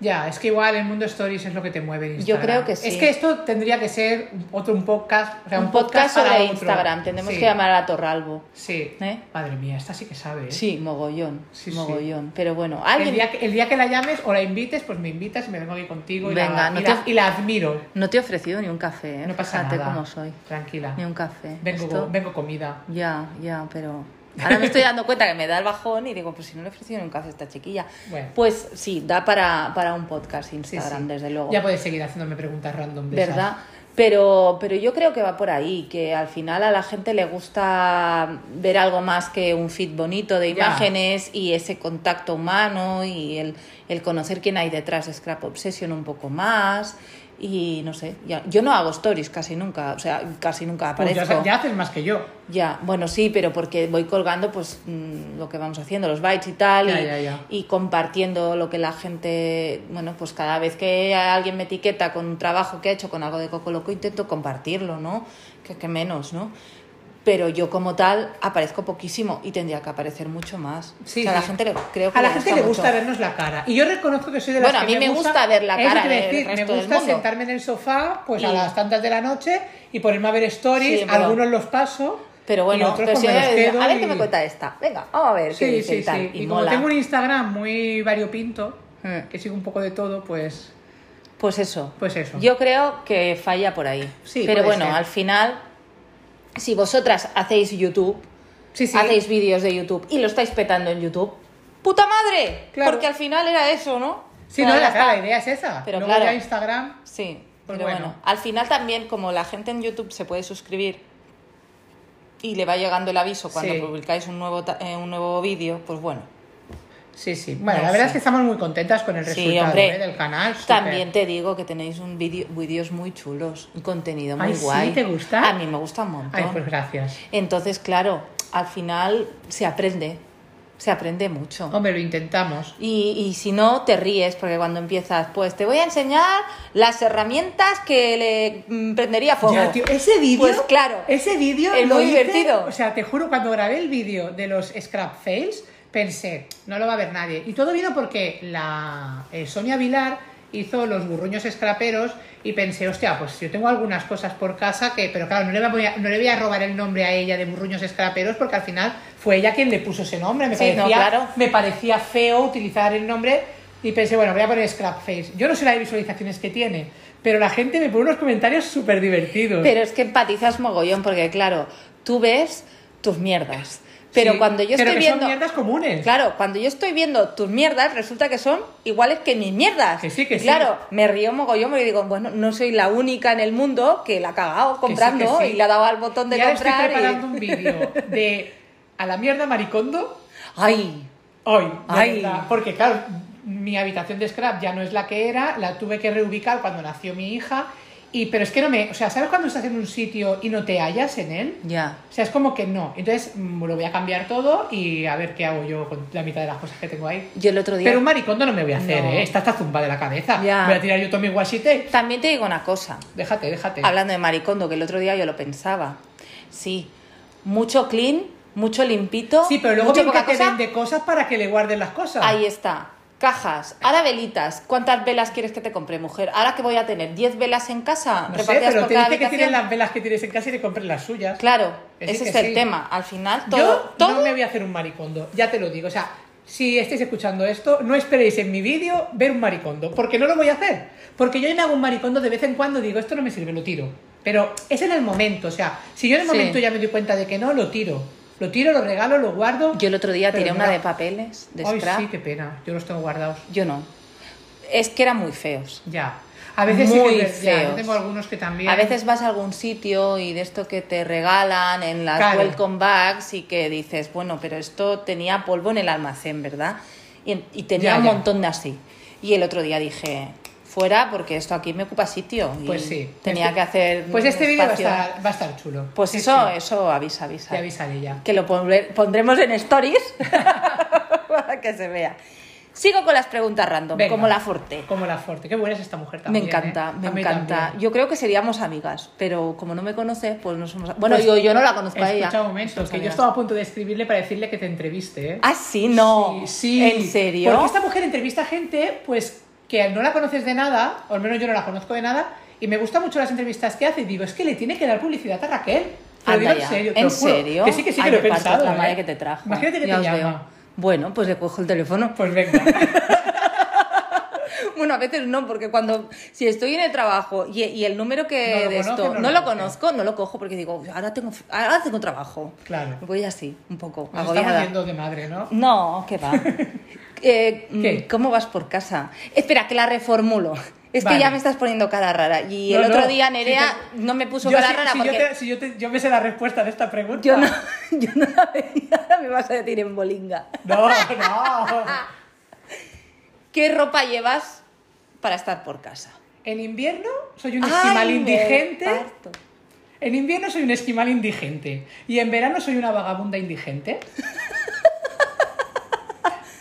Ya, es que igual el mundo stories es lo que te mueve en Yo Instagram. creo que sí. Es que esto tendría que ser otro un podcast, o sea, un, un, podcast, para sobre otro. Instagram, tenemos Sí, que llamar a Torralbo. Sí. ¿Eh? Madre mía, esta sí que sabe. ¿eh? Sí, mogollón, Sí, sí. mogollón. Pero bueno, El alguien... día, que, el día que la llames o la invites, pues me invitas y me vengo aquí contigo y, Venga, la, no y la- te- y la admiro. No te he ofrecido ni un café, ¿eh? No pasa Fíjate nada. cómo soy. Tranquila. Ni un café. Vengo, Esto- vengo comida. Ya, ya, pero... Ahora me estoy dando cuenta que me da el bajón y digo, pues si no le he ofrecido ni un café a esta chiquilla. Bueno. Pues sí, da para, para un podcast Sí, Instagram, sí. desde luego. Ya puedes seguir haciéndome preguntas random de esas. ¿Verdad? Pero, pero yo creo que va por ahí, que al final a la gente le gusta ver algo más que un feed bonito de Ya. imágenes y ese contacto humano y el, el conocer quién hay detrás de Scrap Obsession un poco más. Y no sé, ya- yo no hago stories casi nunca, o sea, casi nunca Pues aparezco. ya, ya haces más que yo. Ya, bueno, sí, pero porque voy colgando pues mm, lo que vamos haciendo, los bytes y tal, Ya, y, ya, ya. y compartiendo lo que la gente, bueno, pues cada vez que alguien me etiqueta con un trabajo que ha hecho con algo de Coco Loco, intento compartirlo, ¿no? Que, que menos, ¿no? Pero yo como tal aparezco poquísimo y tendría que aparecer mucho más. Sí, o sea, a la sí. gente le, creo que A la gente le gusta mucho. vernos la cara. Y yo reconozco que soy de las Bueno, a que mí me gusta ver la Eso cara te iba a del decir, resto Me del gusta mundo. sentarme en el sofá pues a Y- las tantas de la noche y ponerme a ver stories. Sí, pero- algunos los paso. Pero y bueno, otros pero pues si me los hay- quedo a ver y- qué me cuenta esta. Venga, vamos a ver qué Sí, dice y sí, tal. sí. Y, Y, como mola. tengo un Instagram muy variopinto, Hmm. que sigo un poco de todo, pues Pues eso. Pues eso. Yo creo que falla por ahí. Sí, Pero puede bueno, ser. al final, si vosotras hacéis YouTube, sí, sí. hacéis vídeos de YouTube y lo estáis petando en YouTube, ¡puta madre! Claro. Porque al final era eso, ¿no? Sí, O no, sea, ya la, está. la idea es esa. Pero Luego claro. ya Instagram. Sí, Pues pero bueno. bueno. Al final también, como la gente en YouTube se puede suscribir y le va llegando el aviso cuando Sí. publicáis un nuevo, ta- eh, un nuevo vídeo, pues bueno. Sí, sí. Bueno, No la verdad sé. es que estamos muy contentas con el Sí, resultado hombre. ¿eh? del canal. súper. También te digo que tenéis un vídeo, vídeos muy chulos, un contenido muy Ay, sí, guay. ¿te gusta? A mí me gusta un montón. Ay, pues gracias. Entonces, claro, al final se aprende, se aprende mucho. Hombre, lo intentamos. Y, y si no, te ríes, porque cuando empiezas, pues te voy a enseñar las herramientas que le mm, prendería fuego. Ya, tío, ese vídeo. Pues claro. Ese vídeo. Es lo muy hice- divertido. O sea, te juro, cuando grabé el vídeo de los scrap fails, pensé, no lo va a ver nadie. Y todo vino porque la eh, Sonia Vilar hizo los burruños scraperos y pensé, hostia, pues yo tengo algunas cosas por casa que, pero claro, no le, voy a, no le voy a robar el nombre a ella de burruños scraperos porque al final fue ella quien le puso ese nombre. Me Sí, no, parecía, claro. me parecía feo utilizar el nombre y pensé, bueno, voy a poner scrap face. Yo no sé la de visualizaciones que tiene, pero la gente me pone unos comentarios súper divertidos. Pero es que empatizas mogollón, porque claro, tú ves tus mierdas. Pero Sí, cuando yo pero estoy que viendo. Son mierdas comunes. Claro, cuando yo estoy viendo tus mierdas, resulta que son iguales que mis mierdas. Que sí, que sí. Claro, me río mogollón porque digo, bueno, no soy la única en el mundo que la ha cagado Que sí, que comprando sí. y le ha dado al botón de y ahora comprar. estoy y- preparando un vídeo de a la mierda maricondo Ay, hoy. de Ay. verdad. Porque claro, mi habitación de scrap ya no es la que era, la tuve que reubicar cuando nació mi hija. Y, pero es que no me... O sea, ¿sabes cuando estás en un sitio y no te hallas en él? ya. O sea, es como que no. Entonces mm, lo voy a cambiar todo y a ver qué hago yo con la mitad de las cosas que tengo ahí. Yo el otro día. Pero un maricondo no me voy a hacer, No. ¿eh? Está hasta zumba de la cabeza. Ya. Voy a tirar yo todo mi guasite. También te digo una cosa, Déjate, déjate. hablando de maricondo, que el otro día yo lo pensaba. Sí, mucho clean, mucho limpito. Sí, pero luego mucho bien que poca te cosa. vende cosas para que le guarden las cosas. Ahí está. Cajas, ahora velitas. ¿Cuántas velas quieres que te compre, mujer? Ahora que voy a tener 10 velas en casa, no sé, repartidas pero por cada tienes que habitación. tienes las velas que tienes en casa y te compres las suyas. Claro, Que sí, ese que es el sí. tema. Al final, todo, Yo todo no me voy a hacer un maricondo, ya te lo digo. O sea, si estáis escuchando esto, no esperéis en mi vídeo ver un maricondo, porque no lo voy a hacer. Porque yo me hago un maricondo de vez en cuando, digo, esto no me sirve, lo tiro. Pero es en el momento, o sea, si yo en el Sí. momento ya me doy cuenta de que no, lo tiro. Lo tiro, lo regalo, lo guardo. Yo el otro día Pero tiré no una la- de papeles, de Ay, scrap. sí, qué pena. Yo los tengo guardados. Yo no. Es que eran muy feos. Ya. A veces sí Muy que es verdad, feos. Yo tengo algunos que también. A veces vas a algún sitio y de esto que te regalan en las Claro. welcome bags y que dices, bueno, pero esto tenía polvo en el almacén, ¿verdad? Y, en- y tenía Ya, un ya. montón de así. Y el otro día dije, fuera, porque esto aquí me ocupa sitio. y Pues sí. Tenía Este- que hacer. Pues este vídeo va, a espacio. estar- va a estar chulo. Pues Sí, eso, sí. eso avisa, avisa. Te avisaré ya. Que lo pondre- pondremos en stories para que se vea. Sigo con las preguntas random, Venga. como la Forte. Como la fuerte. Qué buena es esta mujer Me también. encanta, ¿eh? me A mí encanta. también. Yo creo que seríamos amigas, pero como no me conoces, pues no somos. Bueno, Pues, yo, yo no la conozco a ella. Escucha un momento, Somos que yo amigas. estaba a punto de escribirle para decirle que te entreviste, ¿eh? Ah, sí, no. Sí, sí. ¿En serio? Porque esta mujer entrevista a gente, pues, que no la conoces de nada, o al menos yo no la conozco de nada, y me gustan mucho las entrevistas que hace, y digo, es que le tiene que dar publicidad a Raquel. Te lo Anda digo en ya. serio, te ¿En lo juro. serio? Que sí, que sí, Ay, que lo he me parto pensado. La madre ¿eh? que te trajo. Imagínate que Ya te os llama. veo. Bueno, pues le cojo el teléfono. Pues venga. Bueno, a veces no, porque cuando. Si estoy en el trabajo y, y el número que No lo de esto. conoces, no no lo lo conoces. conozco, no lo cojo porque digo, "Uy, ahora tengo, ahora tengo trabajo. Claro. Voy así, un poco, Nos estamos agobiada. viendo de madre, ¿no? No, que va. Eh, mm, ¿Qué? ¿Cómo vas por casa? Espera, que la reformulo. Es Vale. que ya me estás poniendo cara rara. Y No, el otro no, día si Nerea te- no me puso Yo cara sí- rara si yo porque. te- si yo te- yo me sé la respuesta de esta pregunta. Yo no, yo no la veía, ahora me vas a decir en bolinga. No, no. ¿Qué ropa llevas para estar por casa? En invierno soy un Ay, esquimal me indigente. parto. En invierno soy un esquimal indigente. Y en verano soy una vagabunda indigente.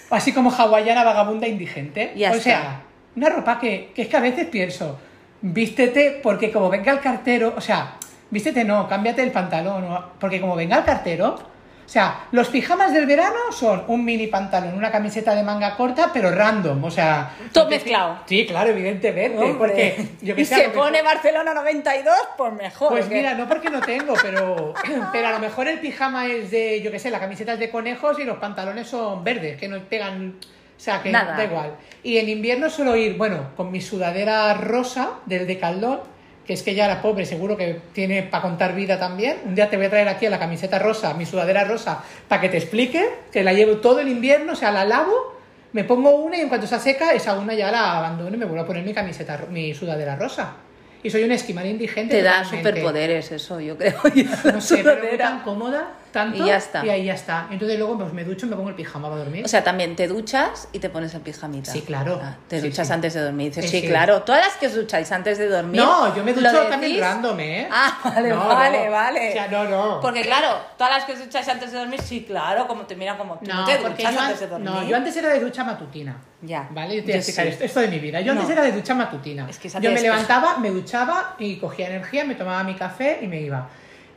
Así como hawaiana vagabunda indigente. Ya o está. sea, una ropa que, que es que a veces pienso, vístete porque como venga el cartero, o sea, vístete no, cámbiate el pantalón, o- porque como venga el cartero... O sea, los pijamas del verano son un mini pantalón, una camiseta de manga corta, pero random, o sea... Todo mezclado. Sí, claro, evidentemente, Hombre. porque... Yo que y sé, a se lo mejor- pone Barcelona 92, pues mejor. pues porque- mira, no porque no tengo, pero, pero a lo mejor el pijama es de, yo qué sé, la camiseta es de conejos y los pantalones son verdes, que no pegan, o sea, que Nada. da igual. Y en invierno suelo ir, bueno, con mi sudadera rosa del de Caldón, que es que ya la pobre seguro que tiene para contar vida también. Un día te voy a traer aquí a la camiseta rosa, mi sudadera rosa, para que te explique, que la llevo todo el invierno, o sea, la lavo. Me pongo una y en cuanto se seca, esa una ya la abandono y me vuelvo a poner mi camiseta, ro- mi sudadera rosa. Y soy un esquimal indigente. te da totalmente. superpoderes eso, yo creo. No sé, pero voy Sudadera. tan cómoda, tanto, Y ya está. Y ahí ya está. Entonces luego pues, me ducho y me pongo el pijama para dormir. O sea, también te duchas y te pones el pijamita. Sí, claro. Ah, te Sí, duchas sí. antes de dormir. Dices, Sí, sí, sí. claro. Todas las que os ducháis antes de dormir. no, yo me lo ducho decís. también random, ¿eh? Ah, vale, No, vale, no. vale. O sea, no, no. Porque claro, todas las que os ducháis antes de dormir, sí, claro, como te mira como tú no, no, te porque duchas yo, antes de an- dormir. no, yo antes era de ducha matutina. Ya. ¿Vale? Yo te voy a Yo explicar sí. esto, esto de mi vida. Yo antes No. era de ducha matutina. Es que esa te yo me despeja. levantaba, me duchaba y cogía energía, me tomaba mi café y me iba.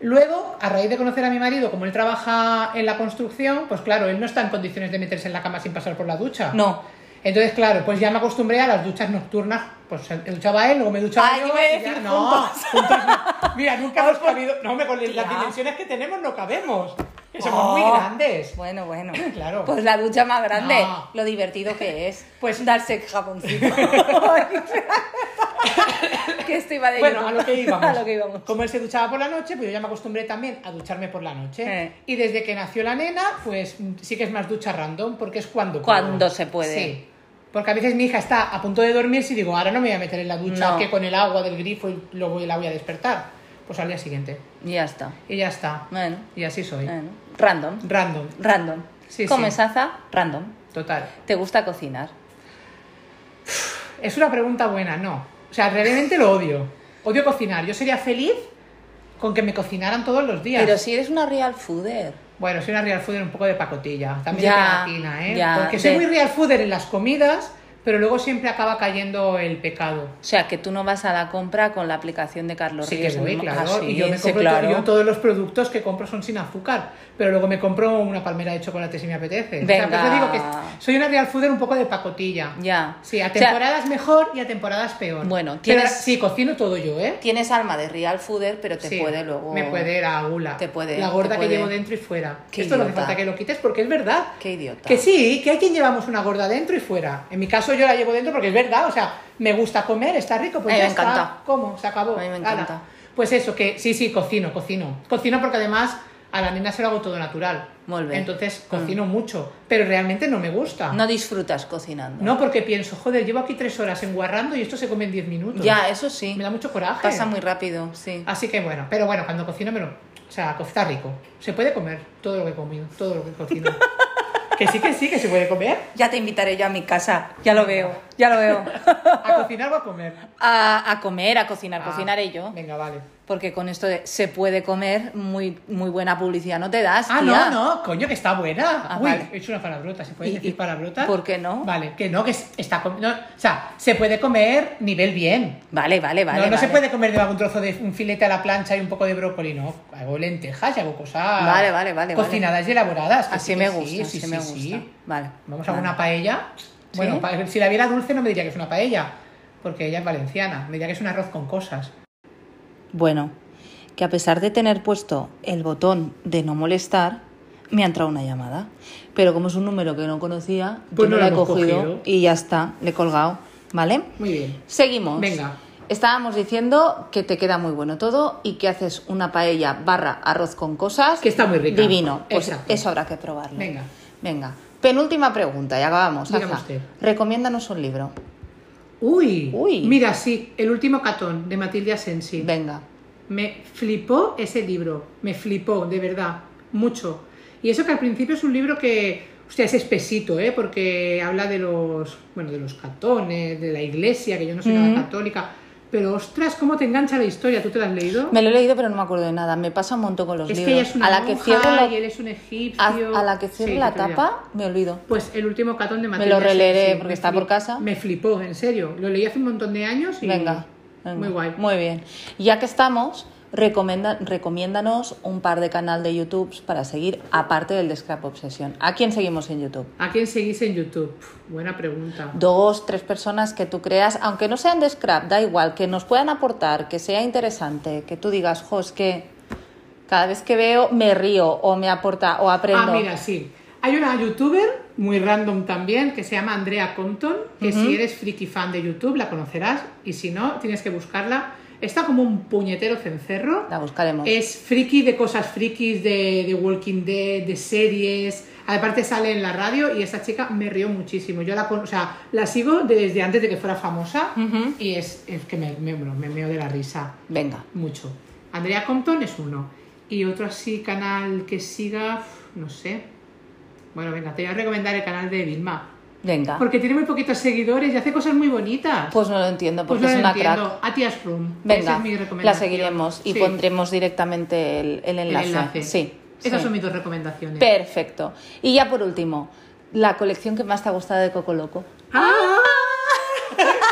Luego, a raíz de conocer a mi marido, como él trabaja en la construcción, pues claro, él no está en condiciones de meterse en la cama sin pasar por la ducha. No. Entonces, claro, pues ya me acostumbré a las duchas nocturnas. Pues me duchaba él, luego me duchaba Ay, yo. iba a y ya- decir no, juntos. pues, juntos no. Mira, nunca hemos cabido. No, hombre, con las Ya. dimensiones que tenemos no cabemos. Que somos muy Oh. grandes. Bueno, bueno. Claro. Pues la ducha más grande, No. lo divertido que es. Pues- Pues darse el jaboncito. que esto iba de Bueno, YouTube. a lo que íbamos. A lo que íbamos. Como él se duchaba por la noche, pues yo ya me acostumbré también a ducharme por la noche. Eh. Y desde que nació la nena, pues mm, sí que es más ducha random, porque es cuando Cuando puedo. se puede. Sí. Porque a veces mi hija está a punto de dormirse y digo, ahora no me voy a meter en la ducha, No. que con el agua del grifo y lo voy, la voy a despertar. Pues al día siguiente. Y ya está. Y ya está. Bueno, Y así soy. bueno. Random. Random. Random. Sí, Comes sí. aza, random. Total. ¿Te gusta cocinar? Es una pregunta buena, no. O sea, realmente lo odio. Odio cocinar. Yo sería feliz con que me cocinaran todos los días. Pero si eres una real fooder. Bueno, soy una real fooder un poco de pacotilla, también Ya, de pegatina, ¿eh? ya, Porque soy de- muy real fooder en las comidas, pero luego siempre acaba cayendo el pecado. O sea, que tú no vas a la compra con la aplicación de Carlos Sí que Ríos. en voy, el- claro. Ah, sí, y yo me sí, compro claro. yo todos los productos que compro son sin azúcar, pero luego me compro una palmera de chocolate si me apetece. O Venga. sea, por eso digo que soy una real fooder un poco de pacotilla. Ya. Sí, a O sea, temporadas mejor y a temporadas peor. Bueno, Pero tienes- sí, cocino todo yo, ¿eh? tienes alma de real fooder, pero te Sí, puede luego. Me puede la gula. Te puede, La te gorda que puede. llevo dentro y fuera. Qué Esto no hace idiota. falta que lo quites porque es verdad. Qué idiota. Que sí, que hay quien llevamos una gorda dentro y fuera. En mi caso yo la llevo dentro porque es verdad, o sea, me gusta comer, está rico, pues A mí ya me está. encanta. ¿Cómo? Se acabó. A mí me Ala. encanta. Pues eso, que sí, sí, cocino, cocino. Cocino porque además a la nena se lo hago todo natural. Muy bien. Mm. Entonces cocino mucho, pero realmente no me gusta. No disfrutas cocinando. No, porque pienso, joder, llevo aquí tres horas enguarrando y esto se come en diez minutos. Ya, eso sí. Me da Ah. mucho coraje. Pasa muy rápido, sí. Así que bueno, pero bueno, cuando cocino me lo... O sea, co- está rico. Se puede comer todo lo que he comido, todo lo que cocino. que sí, que sí, que se puede comer. Ya te invitaré yo a mi casa, ya lo veo. ya lo veo. ¿A cocinar o a comer? Ah, A, a comer, a cocinar, cocinaré yo. Venga, vale. Porque con esto de se puede comer, muy, muy buena publicidad no te das. Ah, tía. no, no, coño, que está buena. Ah, Uy, vale. he hecho una palabrota, ¿se puede Y- y- decir palabrota? ¿por qué no? Vale, que no, que es- está... com- no, o sea, se puede comer nivel bien. Vale, vale, vale. no, no se vale. puede comer de algún trozo de un filete a la plancha y un poco de brócoli, no. Hago lentejas y hago cosas Vale, vale, vale, vale. cocinadas y elaboradas. que sí, Así que me sí, gusta, sí, así sí, me gusta. sí. Vale. Vamos a vale. una paella. Bueno, pa- si la viera dulce no me diría que es una paella, porque ella es valenciana. Me diría que es un arroz con cosas. Bueno, que a pesar de tener puesto el botón de no molestar, me ha entrado una llamada. Pero como es un número que no conocía, Pues yo no no lo lo he hemos cogido, cogido. y ya está, le he colgado, ¿vale? Muy bien. Seguimos. Venga. Estábamos diciendo que te queda muy bueno todo y que haces una paella barra arroz con cosas. Que está muy rica. Divino. Pues Exacto. eso habrá que probarlo. Venga. Venga. Penúltima pregunta y acabamos. Dígame Azza. usted. Recomiéndanos un libro. Uy, Uy. mira, sí, El último catón de Matilde Asensi. Venga. Me flipó ese libro, me flipó, de verdad, mucho. Y eso que al principio es un libro que, hostia, es espesito, ¿eh? porque habla de los, bueno, de los catones, de la iglesia, que yo no soy nada Mm. católica, pero ostras, cómo te engancha la historia, ¿tú te la has leído? Me lo he leído pero no me acuerdo de nada. Me pasa un montón con los es libros. que ella es una a la que monja cierro la- y él es un egipcio. a, a la que cierre Sí, la tú te dirás. tapa me olvido. Pues el último catón de Matilde lo releeré, Asensi, porque me está por flip- casa. Me flipó, en serio. Lo leí hace un montón de años y... Venga, venga. Muy guay. Muy bien. Ya que estamos, recomienda, recomiéndanos un par de canal de YouTube para seguir, aparte del de Scrap Obsesión. ¿A quién seguimos en YouTube? ¿A quién seguís en YouTube? Pf, Buena pregunta. Dos, tres personas que tú creas, aunque no sean de Scrap, da igual, que nos puedan aportar, que sea interesante, que tú digas, jo, es que cada vez que veo me río o me aporta o aprendo. Ah, mira, sí. Hay una youtuber muy random también que se llama Andrea Compton, que si eres friki fan de YouTube la conocerás y si no, tienes que buscarla. Está como un puñetero cencerro. La buscaremos. Es friki de cosas frikis, de, de Walking Dead, de series. Aparte sale en la radio y esta chica me rió muchísimo. Yo la, con- o sea, la sigo desde antes de que fuera famosa y es, es que me, me, bueno, me meo de la risa Venga. mucho. Andrea Compton es uno. Y otro así canal que siga, uf, no sé. Bueno, venga, te voy a recomendar el canal de Vilma. Venga. Porque tiene muy poquitos seguidores y hace cosas muy bonitas. Pues no lo entiendo porque no es lo una crack. entiendo. Atias Room. Esa Venga, es mi la recomendación. seguiremos y Sí, pondremos directamente el, el el enlace. enlace. Sí. Esas sí. son mis dos recomendaciones. Perfecto. Y ya por último, la colección que más te ha gustado de Coco Loco. ¡Ah!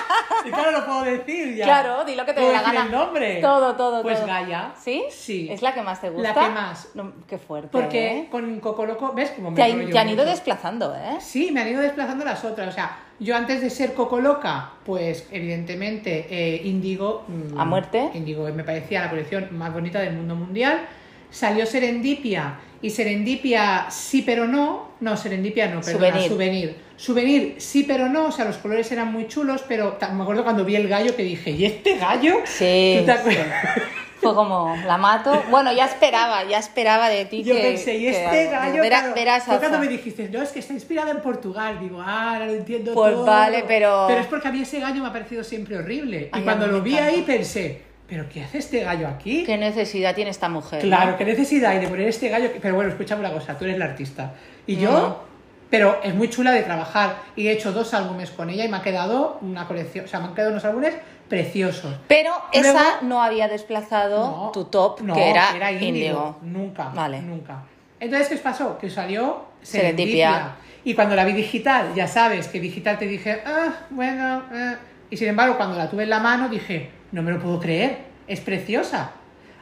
y claro, lo puedo decir ya. Claro, di lo que te dé ¿Puedo la decir gana. el nombre? Todo, todo, Pues todo. Gaia. ¿Sí? Sí. ¿Es la que más te gusta? La que más. No, qué fuerte. Porque ¿eh? con Coco Loco, ¿ves cómo me Te, han- enrollo te han ido mucho? desplazando, ¿eh? Sí, me han ido desplazando las otras. O sea, yo antes de ser Coco Loca, pues evidentemente eh, Indigo. mm, A muerte. Indigo me parecía la colección más bonita del mundo mundial. Salió Serendipia y Serendipia sí pero no. No, Serendipia no, perdona, Souvenir. souvenir. souvenir. sí pero no, o sea, los colores eran muy chulos, pero ta- me acuerdo cuando vi el gallo que dije, ¿y este gallo? Sí, ¿Tú te acuerdas? Fue como, la mato. Bueno, ya esperaba, ya esperaba de ti Yo que. pensé, y que este algo- gallo. Verá- claro, verás, tú cuando Azar. me dijiste, no, es que está inspirada en Portugal, digo, ah, ahora lo entiendo Pues todo. vale, pero- Pero es porque a mí ese gallo me ha parecido siempre horrible. Ay, y cuando a mí lo me vi encanta. ahí pensé, ¿pero qué hace este gallo aquí? ¿Qué necesidad tiene esta mujer? Claro, qué necesidad hay de poner este gallo. que- Pero bueno, escúchame una cosa, tú eres la artista. Y No. yo. Pero es muy chula de trabajar y he hecho dos álbumes con ella y me ha quedado una colección, o sea, me han quedado unos álbumes preciosos. Pero Luego- esa no había desplazado No, tu top, no, que era, índigo. índigo. Nunca, Vale. nunca. Entonces, ¿qué os pasó? Que salió Serendipia. Serendipia. Y cuando la vi digital, ya sabes que digital te dije, ah, bueno, eh". y sin embargo, cuando la tuve en la mano, dije, no me lo puedo creer, es preciosa.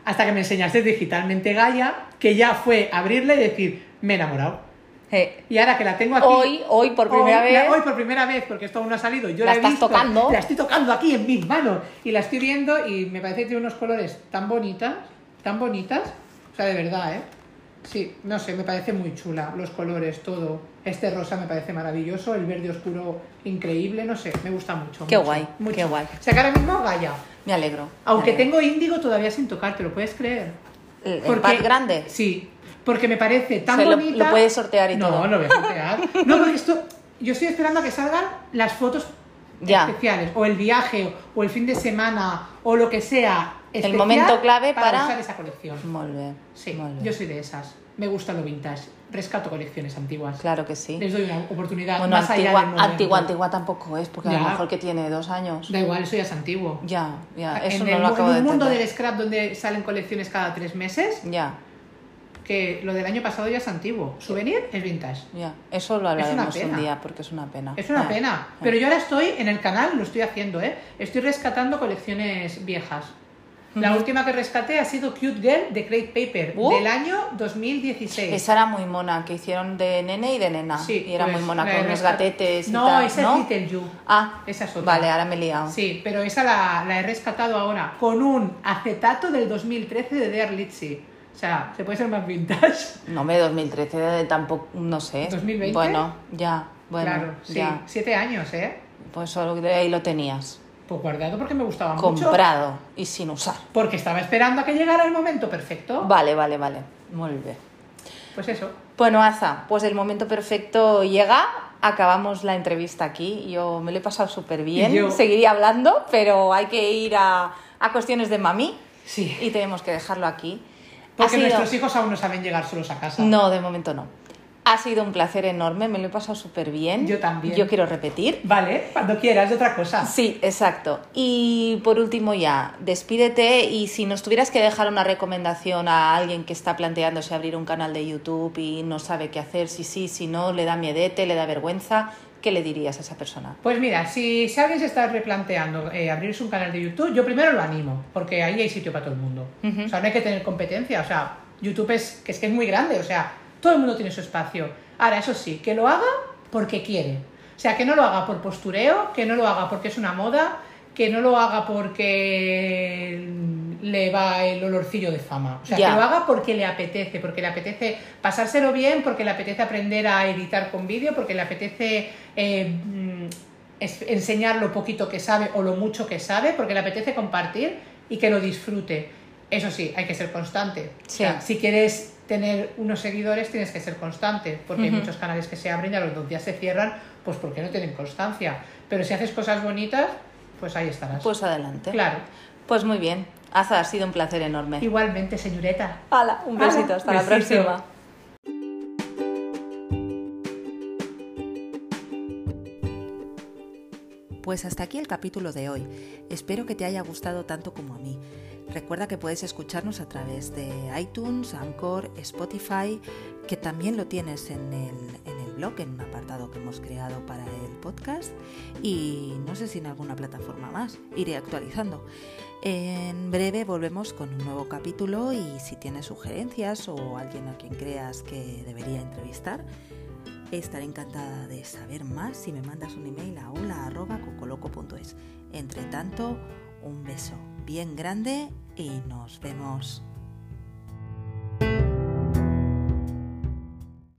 Hasta que me enseñaste digitalmente Gaia, que ya fue abrirla y decir, me he enamorado. Eh, Y ahora que la tengo aquí. Hoy, hoy por primera hoy- vez. Hoy por primera vez, porque esto aún no ha salido. Yo La la, he estás visto, tocando. La estoy tocando aquí en mis manos. Y la estoy viendo y me parece que tiene unos colores tan bonitas, tan bonitas. O sea, de verdad, ¿eh? Sí, no sé, me parece muy chula. Los colores, todo. Este rosa me parece maravilloso. El verde oscuro, increíble. No sé, me gusta mucho. Qué mucho, guay, mucho. qué guay. O sea, que ahora mismo, Gaia. me alegro. Aunque me alegro. tengo índigo todavía sin tocar, ¿te lo puedes creer? El, el pad grande. Sí, porque me parece tan O sea, lo- bonita. lo puedes sortear y no, todo. No, lo voy a sortear. No, porque esto. Yo estoy esperando a que salgan las fotos Ya. especiales, o el viaje, o el fin de semana, o lo que sea. especial momento clave para- usar esa colección. Muy bien, Sí, muy bien. yo soy de esas. Me gusta lo vintage. rescato colecciones antiguas. Claro que sí. Les doy una oportunidad Bueno, más allá antigua, del momento. antigua, antigua tampoco es, porque a lo Ya. mejor que tiene dos años. Da igual, eso ya es antiguo. Ya, ya, eso no en el, lo mu- acabo en de el mundo entender. del scrap donde salen colecciones cada tres meses, Ya, que lo del año pasado ya es antiguo. Souvenir es vintage. ya, eso lo una hablaremos un pena. día, porque es una pena. Es una Ah, pena. Pero yo ahora estoy en el canal, lo estoy haciendo, ¿eh? Estoy rescatando colecciones viejas. La última que rescaté ha sido Cute Girl de Great Paper, Uh. del año 2016. Esa era muy mona, que hicieron de nene y de nena. Sí, y era pues, muy mona, la con he unos rescat- gatetes y No, tal, esa ¿no? es Little You. Ah, Esa es otra. vale, ahora me he liado. Sí, pero esa la, la he rescatado ahora con un acetato del 2013 de Dear Litzy. O sea, se puede ser más vintage. No, me 2013 eh, tampoco, no sé. 2020? Bueno, ya, bueno, claro, sí. ya. Siete años, ¿eh? Pues solo de ahí lo tenías. Pues guardado porque me gustaba mucho. Comprado y sin usar. Porque estaba esperando a que llegara el momento perfecto. Vale, vale, vale. Muy bien. Pues eso. Bueno, Aza, pues el momento perfecto llega. Acabamos la entrevista aquí. Yo me lo he pasado súper bien. Y yo. Seguiría hablando, pero hay que ir a, a cuestiones de mami Sí. y tenemos que dejarlo aquí. Ha Porque sido- nuestros hijos aún no saben llegar solos a casa. No, de momento no. Ha sido un placer enorme, me lo he pasado súper bien. Yo también. Yo quiero repetir. Vale, cuando quieras, de otra cosa. Sí, exacto. Y por último ya, despídete y si nos tuvieras que dejar una recomendación a alguien que está planteándose abrir un canal de YouTube y no sabe qué hacer, si sí, si no, le da miedete, le da vergüenza, ¿qué le dirías a esa persona? Pues mira, si, si alguien se está replanteando eh, abrirse un canal de YouTube, yo primero lo animo, porque ahí hay sitio para todo el mundo. O sea, no hay que tener competencia, o sea, YouTube es que, es que es muy grande, o sea, todo el mundo tiene su espacio. Ahora, eso sí, que lo haga porque quiere. O sea, que no lo haga por postureo, que no lo haga porque es una moda, que no lo haga porque le va el olorcillo de fama. O sea, Ya. que lo haga Ah, porque le apetece, porque le apetece pasárselo bien, porque le apetece aprender a editar con vídeo, porque le apetece eh, mm, es- enseñar lo poquito que sabe o lo mucho que sabe, porque le apetece compartir y que lo disfrute. Eso sí, hay que ser constante. O Sí. sea, si quieres tener unos seguidores, tienes que ser constante, porque hay Ujú. muchos canales que se abren y a los dos días se cierran, pues porque no tienen constancia. Pero si haces cosas bonitas, pues ahí estarás. Pues adelante. claro. Pues muy bien. Aza, ha sido un placer enorme. Igualmente, señoreta. Hala, un besito, Hala, hasta la besito. próxima. Pues hasta aquí el capítulo de hoy. Espero que te haya gustado tanto como a mí. Recuerda que puedes escucharnos a través de iTunes, Anchor, Spotify, que también lo tienes en el, en el blog, en un apartado que hemos creado para el podcast y no sé si en alguna plataforma más. Iré actualizando. En breve volvemos con un nuevo capítulo y si tienes sugerencias o alguien a quien creas que debería entrevistar, Estaré encantada de saber más si me mandas un email a hola.cocoloco.es. Entre tanto, un beso bien grande y nos vemos.